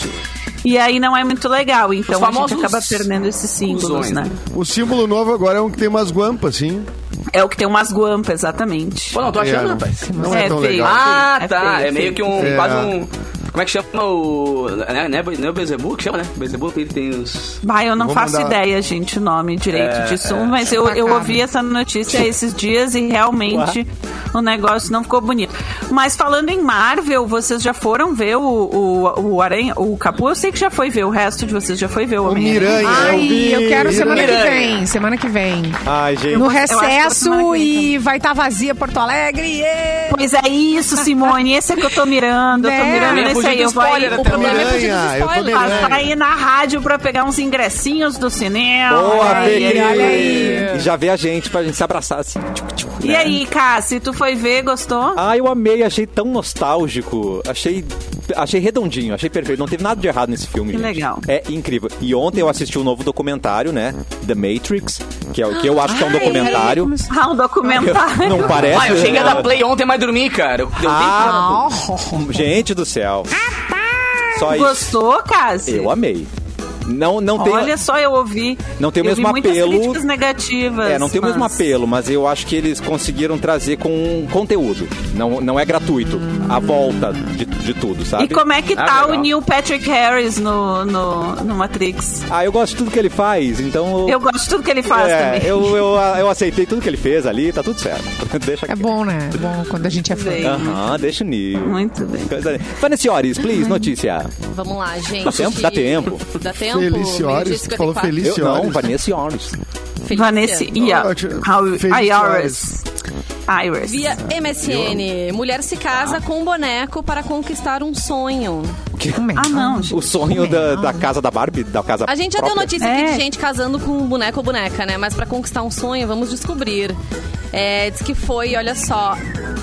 S5: E aí não é muito legal, então
S3: Os
S5: a gente
S3: famosos
S5: acaba perdendo esses símbolos,
S3: cuzões,
S5: né?
S3: né?
S7: O símbolo novo agora é um que tem umas guampas, assim.
S5: É o que tem umas guampas, exatamente.
S3: Pô, não, tô achando, rapaz.
S7: Não é,
S5: É
S7: tão
S5: feio.
S7: legal.
S3: Ah,
S5: É
S3: tá.
S5: feio,
S3: É meio
S5: feio.
S3: que um.
S7: É.
S3: Quase um. Como é que chama o. Né, né, não é o Bezebu que chama, né? Bezebu que ele tem os.
S5: Bah, eu não
S7: Vou
S5: faço
S7: mandar-
S5: ideia, gente, o nome direito disso, mas eu, eu
S2: Chupacabra.
S5: ouvi essa notícia esses dias e realmente o negócio não ficou bonito. Mas falando em Marvel, vocês já foram ver o, o, o Aranha, o Capu? Eu sei que já foi ver, o resto de vocês já foi ver o
S7: O
S5: Homem-Aranha.
S7: Miranha.
S2: Ai,
S7: vi,
S2: eu quero semana que
S3: Miranha.
S2: vem. Semana que vem.
S1: Ai, gente.
S2: No
S5: acho que eu semana
S2: recesso
S5: que vem então.
S2: e vai estar vazia Porto Alegre. ê!
S5: Pois é isso, Simone, esse é que eu tô mirando, eu tô
S2: Né?
S5: mirando
S2: Minha
S5: esse aí,
S3: fugida
S5: eu vou aí-
S3: É. spoiler
S5: o
S3: até
S5: problema é
S4: agora.
S5: fugir
S7: Miranha, eu tô
S4: spoiler.
S5: passar
S7: Miranha.
S5: aí na rádio pra pegar uns ingressinhos do cinema.
S1: Boa,
S5: olha aí,
S1: Fê,
S5: olha
S1: querida.
S5: aí.
S1: E já vê a gente pra gente se abraçar assim. Tchuc, tchuc,
S5: E
S1: né?
S5: aí, Cassi, tu foi ver, gostou?
S1: Ah, eu amei, achei tão nostálgico. Achei. Achei redondinho, achei perfeito. Não teve nada de errado nesse filme.
S5: Que
S1: gente.
S5: legal.
S1: É incrível. E ontem eu assisti um novo documentário, né? The Matrix, que, é, o que eu acho que é um documentário.
S5: Ah, um documentário.
S1: Não parece.
S3: Ah, eu cheguei a
S1: né?
S3: dar play ontem, mas dormi, cara. Eu, eu
S1: Ah,
S2: Oh,
S1: gente do céu. Só isso.
S5: Gostou, Cassi?
S1: Eu amei. Não, não tem.
S5: Olha só, eu ouvi.
S1: Não tem o
S5: eu
S1: mesmo
S5: vi muitas
S1: apelo.
S5: críticas negativas.
S1: É, não tem o mesmo
S5: mas-
S1: apelo, mas eu acho que eles conseguiram trazer com um conteúdo. Não, não é gratuito. A volta de, de tudo, sabe?
S5: E como é que
S3: Ah,
S5: tá
S3: legal.
S5: o Neil Patrick Harris no, no, no Matrix?
S1: Ah, eu gosto de tudo que ele faz, então.
S5: Eu gosto de tudo que ele faz
S1: é,
S5: também.
S1: Eu, eu, eu aceitei tudo que ele fez ali, tá tudo certo. Deixa
S2: É bom, né? É bom quando a gente é fã.
S5: Bem,
S1: Aham, deixa o nível.
S5: Muito bem.
S1: Coisa- Vanessiores, please, notícia.
S4: Vamos lá, gente.
S1: Dá tempo? Dá tempo.
S4: Dá tempo.
S7: Feliciores,
S4: meio-dia e
S7: falou
S4: 54.
S7: feliz.
S1: Eu, não,
S7: Vanessiores.
S1: Vanessiores.
S4: Felícia.
S5: Vanessa Ia.
S7: Ah, tio-
S5: How-
S7: Feliz
S5: Iris. Iris.
S4: Via MSN, mulher se casa com um boneco para conquistar um sonho.
S5: Ah, não,
S2: Tipo,
S5: gente.
S1: O sonho
S2: né?
S1: da, da casa da Barbie, da casa
S4: A gente já deu
S1: própria.
S4: notícia
S5: É.
S4: aqui de gente casando com um boneco ou boneca, né? Mas pra conquistar um sonho, vamos descobrir. É, diz que foi, olha só,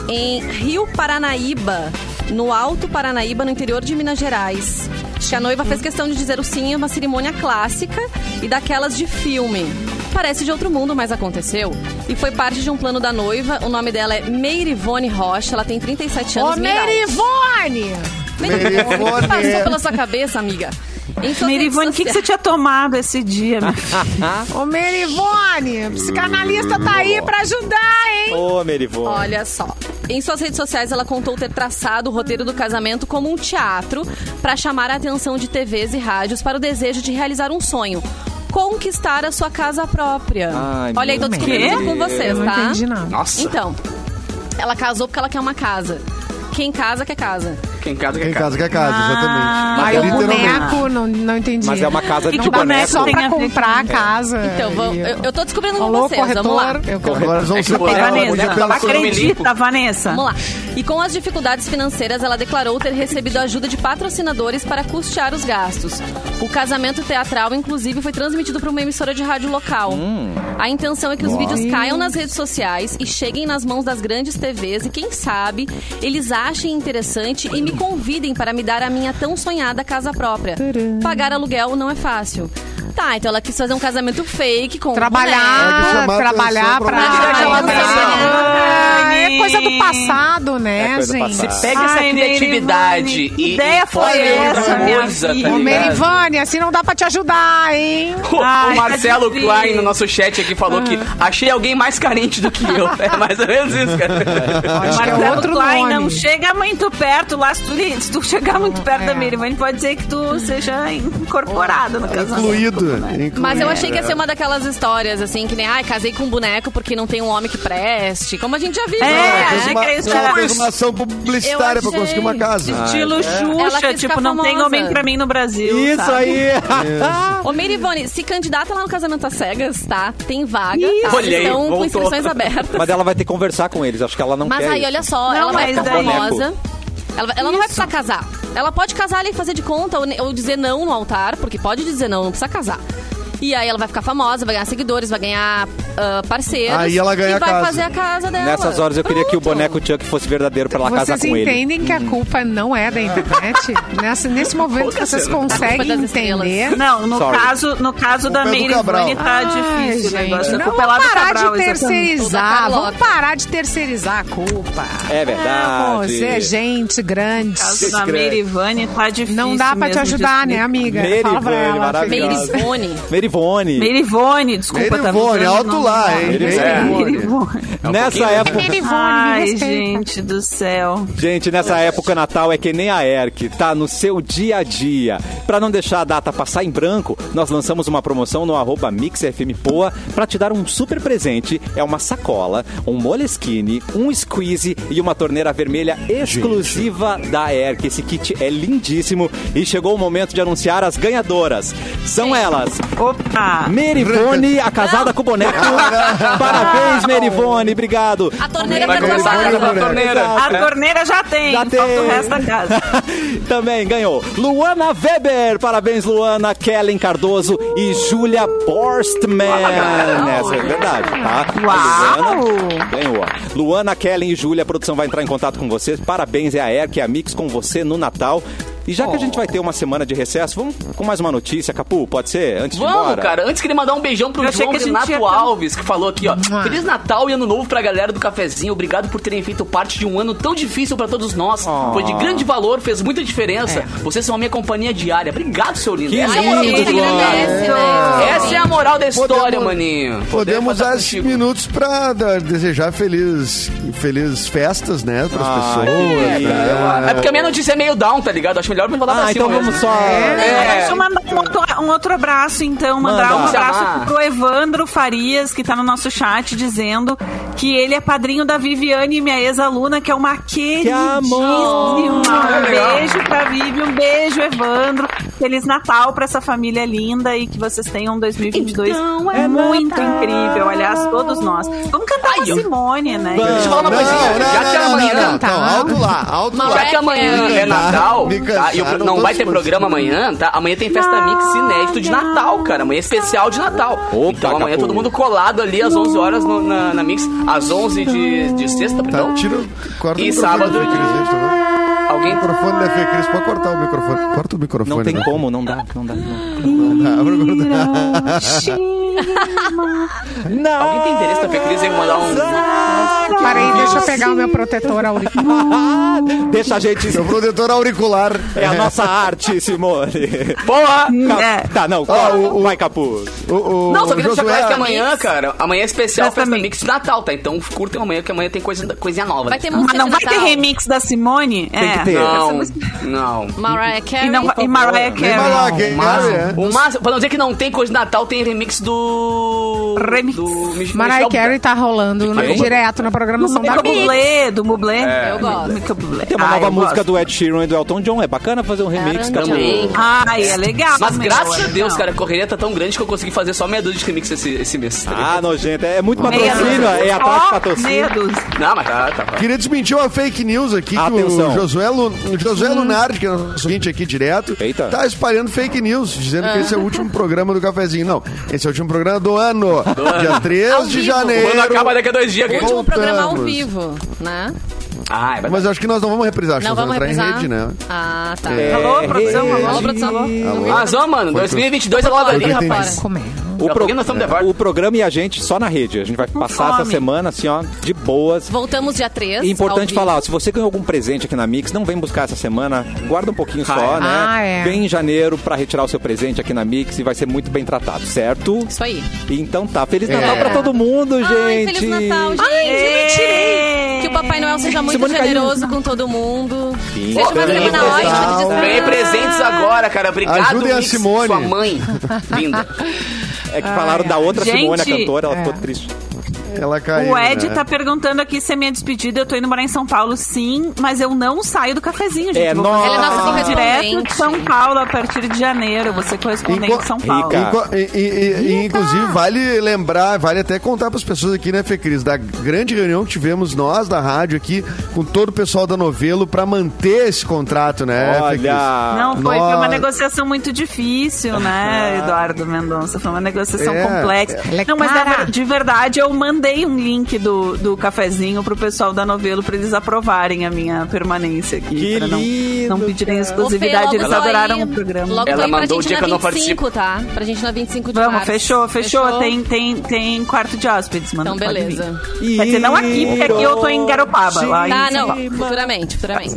S4: em Rio Paranaíba, no Alto Paranaíba, no interior de Minas Gerais. Diz que a noiva fez questão de dizer o sim em uma cerimônia clássica e daquelas de filme. Parece de outro mundo, mas aconteceu. E foi parte de um plano da noiva. O nome dela é Meirivone Rocha. Ela tem 37 anos.
S2: Ô,
S4: Meirivone! O
S2: Merivone!
S4: que
S7: Meirivone.
S4: passou pela sua cabeça, amiga? Em suas redes
S5: Merivone, o que, que você tinha tomado esse dia? minha
S1: É,
S5: filha?
S2: Ô, Merivone! O psicanalista tá aí pra ajudar, hein?
S1: Ô, Merivô.
S4: Olha só. Em suas redes sociais, ela contou ter traçado o roteiro do casamento como um teatro para chamar a atenção de TVs e rádios para o desejo de realizar um sonho. Conquistar a sua casa própria.
S1: Ai,
S4: Olha aí, tô
S1: meu
S4: descobrindo
S5: Deus.
S4: tudo com vocês,
S2: Eu não
S4: tá?
S2: entendi nada.
S3: Nossa.
S4: Então, ela casou porque ela quer uma casa. Quem casa, quer casa.
S3: Quem casa
S7: Quem
S3: quer casa.
S7: casa quer casa, exatamente.
S2: Aí o
S7: Literalmente.
S2: boneco, não, não entendi.
S1: Mas é uma casa
S2: não
S1: de
S4: tipo,
S2: dá
S4: né,
S1: boneco.
S2: só
S5: Tem
S2: pra
S5: a ver com-
S2: comprar a casa.
S4: Então, vamos-
S2: E-
S4: eu, eu tô descobrindo com
S2: Alô,
S4: vocês,
S2: corretor.
S4: vamos lá.
S2: Eu-
S7: Agora
S3: É
S7: vamos né?
S3: que o
S7: separar
S3: boneco-
S7: hoje
S5: Vanessa,
S3: boneco
S7: pela-
S3: tava
S7: sobre-
S3: crente.
S5: acredita, Vanessa.
S4: Vamos lá. E com as dificuldades financeiras, ela declarou ter recebido ajuda de patrocinadores para custear os gastos. O casamento teatral, inclusive, foi transmitido para uma emissora de rádio local. A intenção é que os vídeos caiam nas redes sociais e cheguem nas mãos das grandes TVs e, quem sabe, eles achem interessante e me convidem para me dar a minha tão sonhada casa própria. Pagar aluguel não é fácil. Tá, então ela quis fazer um casamento fake com um boneco.
S7: Pode
S2: Trabalhar,
S7: chamar
S2: trabalhar
S7: atenção pra
S2: pra
S4: uma coisa.
S2: Ah, É
S5: Dani.
S2: coisa do passado, né,
S1: É coisa do
S2: gente?
S1: passado.
S3: Se pega essa
S5: Ai,
S3: criatividade
S5: Meirivane, que
S3: e.
S5: ideia
S3: e
S5: foi
S3: faz
S5: essa,
S3: outra
S5: minha
S3: coisa, tá
S5: filha?
S2: Ô,
S3: ligado?
S2: Merivane, assim não dá pra te ajudar, hein?
S3: O,
S5: Ai,
S3: o Marcelo
S5: tá difícil.
S3: Klein no nosso chat aqui falou que achei alguém mais carente do que eu. É mais ou menos isso, cara.
S2: Acho que é
S5: Marcelo
S2: outro
S5: Klein,
S4: um
S2: nome.
S5: não chega muito perto lá. Se tu, li- se tu chegar muito perto
S2: É.
S5: da Mirivane, pode ser que tu seja incorporada no casamento.
S7: Incluído, incluído.
S4: Mas eu achei que ia ser uma daquelas histórias, assim, que nem, ai, casei com um boneco porque não tem um homem que preste. Como a gente já viu.
S5: É,
S7: Ela fez
S5: né,
S7: uma,
S5: que eles
S7: ela
S5: falam.
S7: fez uma ação publicitária
S4: Eu
S7: pra
S4: achei.
S7: conseguir uma casa.
S5: Estilo
S4: Ela
S5: Xuxa,
S4: quer ficar
S5: tipo, não tem
S4: famosa.
S5: homem pra mim no Brasil.
S1: Isso
S5: sabe?
S1: aí!
S4: Ô, Mirivone, se candidata lá no casamento às cegas, tá? Tem vaga, tá?
S3: Olha aí,
S4: Estão com
S3: voltou. é
S4: inscrições abertas.
S1: Mas ela vai ter que conversar com eles, acho que ela não
S4: Mas
S1: quer.
S4: aí,
S1: isso.
S4: olha só,
S5: Não,
S4: ela vai
S5: mas
S4: ficar
S5: daí-
S4: famosa. Ela, ela não vai precisar casar. Ela pode casar ali e fazer de conta ou, ne- ou dizer não no altar, porque pode dizer não, não precisa casar. E aí ela vai ficar famosa, vai ganhar seguidores, vai ganhar ah, parceiros.
S7: Aí ela ganha
S4: e vai
S7: a casa.
S4: fazer a casa dela.
S1: Nessas horas eu queria que o
S4: Pronto.
S1: boneco Chuck fosse verdadeiro pra ela casar
S2: Vocês
S1: com ele.
S2: entendem que a
S5: Uhum.
S2: culpa não é da internet? Nesse, nesse momento que vocês
S4: A culpa
S2: conseguem
S4: das estrelas.
S2: entender.
S5: Não, no
S1: Sorry.
S5: caso, no caso da
S7: Culpa é do
S5: Meirivane
S7: Cabral.
S5: tá difícil o
S2: Ai,
S5: negócio.
S2: gente,
S5: A
S2: não
S5: culpa é lá
S2: vamos
S5: do
S2: parar
S5: Cabral,
S2: de
S5: exatamente.
S2: terceirizar.
S4: Toda
S2: Vamos
S4: Carlota.
S2: parar de terceirizar a culpa.
S1: É verdade.
S2: Ah, Você é gente grande.
S5: O caso da Meirivane tá difícil.
S2: Não dá pra te
S5: mesmo de
S2: ajudar, né,
S5: explicar.
S2: amiga?
S1: Meire
S2: Fala pra
S1: Vane,
S2: ela.
S1: maravilhosa.
S2: Feliz.
S4: Meirivone.
S1: Merivone.
S5: Meirivone, desculpa, tá
S7: Merivone,
S5: vendo?
S7: alto lá, hein?
S1: É.
S5: Meirivone.
S1: Nessa época.
S2: Meire Vane, me
S5: Ai,
S2: respeita.
S5: gente do céu.
S1: Gente, nessa época Natal é que nem a ERC, tá no seu dia a dia. Pra não deixar a data passar em branco, nós lançamos uma promoção no arroba MixFMPoa pra te dar um super presente. É uma sacola, um moleskine, um squeeze e uma torneira vermelha exclusiva da ERC. Esse kit é lindíssimo e chegou o momento de anunciar as ganhadoras. São elas...
S5: Opa!
S1: Merivone, a casada com o boneco. Parabéns, Merivone, obrigado.
S4: A torneira
S3: Vai
S4: vai
S3: começar
S4: trabalhar.
S3: a casa da
S7: Boneco.
S3: torneira.
S5: A torneira já tem,
S1: Já
S5: falta
S1: tem.
S5: o resto da casa.
S1: Também ganhou Luana Weber. Parabéns, Luana, Kellen Cardoso e Júlia Borstman. Essa é verdade, tá? A Luana ganhou. Luana, Kellen e Júlia, a produção vai entrar em contato com vocês. Parabéns, é a ERC, é a Mix com você no Natal. E já que a gente vai ter uma semana de recesso, vamos com mais uma notícia, Capu, pode ser? Antes de ir
S3: Vamos,
S1: embora?
S3: cara. Antes queria mandar um beijão pro
S5: Eu achei
S3: João
S5: que a gente
S3: Renato
S5: ia ter um-
S3: Alves, que falou aqui, ó.
S2: Mua.
S3: Feliz Natal e Ano Novo pra galera do cafezinho. Obrigado por terem feito parte de um ano tão difícil pra todos nós. Foi de grande valor, fez muita
S5: É.
S3: diferença. Vocês são a minha companhia diária. Obrigado, seu lindo.
S1: Que
S3: Essa é a
S4: Ai,
S3: moral
S4: a gente
S3: do João, cara.
S4: agradece, né?
S3: Essa é a moral da história,
S7: Podemos-
S3: maninho.
S7: Ah, Podemos
S3: fazer
S7: dar esses
S3: contigo.
S7: minutos pra dar- desejar feliz, feliz festas, né? Pras
S1: Ah,
S7: pessoas.
S1: que
S7: né?
S3: É porque a minha notícia é meio down, tá ligado? Acho melhor me mandar pra
S1: Ah,
S3: cima
S1: então vamos
S3: mesmo.
S1: só.
S3: né? É.
S5: Deixa eu mandar um outro, um outro abraço, então. Mandar
S1: Manda.
S5: um abraço
S3: Ah.
S5: pro Evandro Farias, que tá no nosso chat, dizendo que ele é padrinho da Viviane, minha ex-aluna, que é uma queridíssima.
S1: amor!
S5: Um
S3: legal.
S5: beijo pra Vivi, um beijo, Evandro. Feliz Natal pra essa família linda e que vocês tenham um 2022 muito incrível. Aliás, todos nós. Vamos cantar
S3: Ai,
S5: uma
S3: eu-
S5: Simone, né?
S3: Deixa eu falar uma
S7: Não, não,
S3: coisinha. já que
S7: não, não,
S3: amanhã.
S7: não, não, não, alto lá, alto
S4: Mas
S3: Já
S7: lá. Tá,
S4: é
S3: que amanhã
S4: que-
S3: é Natal,
S7: Me
S3: tá? E o-
S7: cansaram
S3: não vai
S7: todos
S3: ter
S7: os
S3: programa amanhã, tá? Amanhã tem festa
S5: Não,
S3: mix inédito de
S5: não.
S3: Natal, cara. Amanhã é especial de Natal.
S1: Opa,
S3: então amanhã
S1: Capu.
S3: todo mundo colado ali às 11 horas no- na, na mix, às 11 de, de sexta,
S7: Tá,
S3: perdão.
S7: tira, corta
S3: E
S7: o microfone
S3: sábado-
S7: da Fê Cris, gente, tá vendo?
S3: Alguém
S7: O microfone da Fê Cris, pode cortar o microfone. Corta o microfone.
S1: Não tem
S7: né? Tá,
S1: como, não dá, não dá. Não.
S3: Alguém tem interesse na Fê Cris em mandar um.
S2: Parei, deixa eu pegar o meu protetor auricular.
S1: Deixa a gente.
S7: Seu protetor auricular.
S1: É a nossa arte, Simone.
S3: Boa!
S1: Cap-
S5: É.
S1: Tá, não.
S7: Ah, o- o-
S1: Vai, Capu.
S7: O, o,
S3: Não, só queria deixar
S7: Josué,
S3: claro que amanhã, cara, amanhã é especial
S5: Festa
S3: festa,
S5: Mix.
S3: mix de Natal, tá? Então curtem amanhã, que amanhã tem coisa, coisinha nova.
S4: Vai
S3: né?
S4: ter
S5: Mas
S4: música
S5: não
S4: de
S5: vai
S4: Natal.
S5: ter remix da Simone? é.
S1: que ter.
S5: Essa
S3: Não,
S5: música-
S3: É. não.
S4: Mariah Carey.
S5: E, não, vai- e Mariah
S7: Nem vai lá,
S5: Carey.
S7: quem
S3: Mas,
S7: é?
S3: o máximo, pra não dizer que não tem coisa de Natal, tem remix do.
S5: Remix.
S3: Do Mich-
S2: Mariah
S3: Michel-
S2: Carey tá rolando
S3: quem?
S2: direto na programação da
S5: do
S2: Mix.
S5: Bublé, do Bublé.
S4: Eu gosto.
S5: Michael Bublé.
S1: É. Tem uma
S5: Ah,
S1: nova
S5: eu
S1: música
S5: gosto.
S1: do Ed Sheeran e do Elton John. É bacana fazer um remix, cara.
S4: Caramba.
S3: Também.
S5: Ai, é legal.
S3: Mas
S5: meu,
S3: graças a Deus,
S5: não.
S3: cara, a correria tá tão grande que eu consegui fazer só meia dúzia de remix esse, esse mês. tá ligado?
S1: Ah, nojento. É muito
S5: Meia
S1: patrocínio,
S5: dúzia.
S1: é atrás de
S5: Ó,
S1: patrocínio.
S5: meia dúzia.
S3: Não, mas tá, tá. tá.
S7: Queria desmentir uma fake news aqui
S1: Atenção.
S7: que o Josué, Lu, o Josué Lunardi, que é nosso ouvinte aqui direto,
S1: Eita.
S7: tá espalhando fake news, dizendo que esse é o último programa do cafezinho. Não, esse é o último programa do ano. Dia 3
S4: Ao
S7: de
S4: vivo.
S3: O
S7: janeiro.
S3: ano acaba daqui a dois dias,
S4: O
S3: cara.
S4: último programa ao
S7: Voltamos.
S4: vivo, né?
S3: Ah, é verdade.
S7: Mas acho que nós não vamos reprisar, acho que
S4: Não
S7: nós vamos
S4: vamos
S7: entrar
S4: reprisar.
S7: em rede, né?
S4: Ah, tá.
S1: É.
S5: Alô, produção, alô.
S4: Alô, produção.
S7: Alô.
S3: Mas, ó, mano, 2022 é logo
S4: Foi
S7: o que
S3: ali,
S7: eu entendi.
S3: rapaz.
S2: Como é?
S1: O,
S3: Daqui a pouquinho nós estamos de volta.
S1: o programa e a gente só na rede. A gente vai passar essa
S5: fome.
S1: semana assim, ó, de boas.
S4: Voltamos dia 3.
S1: E é importante falar, ó, se você ganhou algum presente aqui na Mix, não vem buscar essa semana, guarda um pouquinho só,
S3: é.
S1: né?
S2: Ah, é.
S1: Vem em janeiro pra retirar o seu presente aqui na Mix e vai ser muito bem tratado, certo?
S4: Isso aí.
S1: Então tá, Feliz Natal
S7: É.
S1: pra todo mundo,
S4: Ai,
S1: gente! É
S4: Feliz Natal, gente. eu não tirei. Que o Papai Noel seja muito
S1: Simone caiu.
S4: generoso com todo mundo.
S1: Sim.
S4: Seja uma
S3: Bem,
S4: semana
S3: pessoal.
S4: ótima de descanso.
S3: Bem presentes agora, cara. Obrigado,
S7: Ajudem a
S3: Mix,
S7: Simone.
S3: Sua mãe. Linda.
S1: É que falaram da outra
S5: Gente,
S1: Simone, a cantora, ela
S2: é.
S1: ficou triste.
S7: Ela caiu.
S5: O Ed
S7: né?
S5: tá perguntando aqui se é minha despedida. Eu tô indo morar em São Paulo, sim, mas eu não saio do cafezinho, gente.
S1: É,
S5: Vou
S1: nossa. Ela
S5: fazer
S1: é nossa
S5: cafezinho direto
S4: correspondente.
S5: de São Paulo a partir de janeiro. Você correspondente
S7: Enqu-
S5: de São Paulo.
S1: Rica.
S7: Inco- e- e- e- e, inclusive, vale lembrar, vale até contar para as pessoas aqui, né, Fê Cris, da grande reunião que tivemos nós da rádio aqui com todo o pessoal da Novelo para manter esse contrato,
S3: É,
S7: né, Fê Cris?
S1: Olha!
S5: Não, foi, foi uma
S7: Nossa.
S5: negociação muito difícil, né, Eduardo Mendonça? Foi uma negociação
S7: É.
S5: complexa.
S2: Ele é
S5: Não, mas da
S2: cara.
S5: ver- de verdade, eu mandei um link do, do cafezinho pro pessoal da novelo pra eles aprovarem a minha permanência aqui.
S1: Que
S5: pra não,
S1: lindo,
S5: não pedirem
S1: cara.
S5: exclusividade. Eles adoraram o programa.
S4: Logo
S3: Ela
S4: Ela
S3: mandou
S4: mandou
S3: o
S4: pra gente
S3: dia
S4: na
S3: que eu não
S4: 25, tá? Pra gente na 25 de
S5: Vamos,
S4: março. Tá,
S5: fechou, fechou. Tem, tem, tem quarto de hóspedes, mano.
S4: Então, beleza.
S5: Quer dizer, não aqui, porque aqui eu tô em Garopaba. Lá em
S4: Tá,
S5: São
S4: não.
S5: Paulo.
S4: Futuramente, futuramente.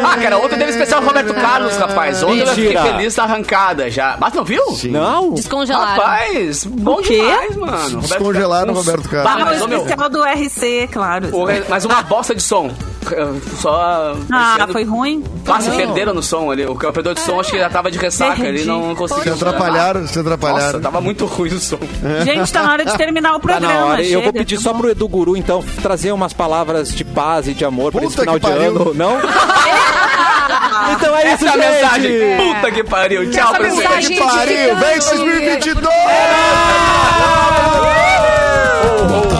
S3: Ah, cara, ontem teve especial Roberto
S7: É.
S3: Carlos, rapaz. Ontem eu
S1: Mentira.
S3: fiquei feliz da arrancada já. Mas não viu? Sim.
S1: Não?
S4: Descongelaram.
S3: Rapaz, bom
S5: O quê?
S3: demais, mano.
S7: Descongelaram o Roberto Carlos.
S3: Bah,
S5: Ah,
S3: mas,
S5: o
S3: ô, meu,
S5: especial do RC, claro.
S3: porra, mas uma bosta de som. Só. esse
S5: Ah,
S3: ano-
S5: foi ruim?
S3: Quase perderam no som ali. O campeador de som acho que já tava de ressaca. Ele não
S7: Se
S3: conseguiu.
S7: atrapalharam, se
S3: Nossa,
S7: atrapalharam.
S3: tava muito ruim o som.
S5: Gente, tá na hora de terminar o
S1: Tá
S5: programa.
S1: na hora. Eu vou
S5: chega.
S1: pedir só pro Edu Guru, então, trazer umas palavras de paz e de amor pra
S7: Puta
S1: esse final
S7: que
S1: de
S7: pariu.
S1: ano, não? então é isso,
S3: Essa é a
S1: gente!
S3: mensagem. Puta que pariu. Tchau,
S2: Essa
S3: presidente.
S2: mensagem
S7: Pariu, vem 2022!
S1: Oh, oh, oh.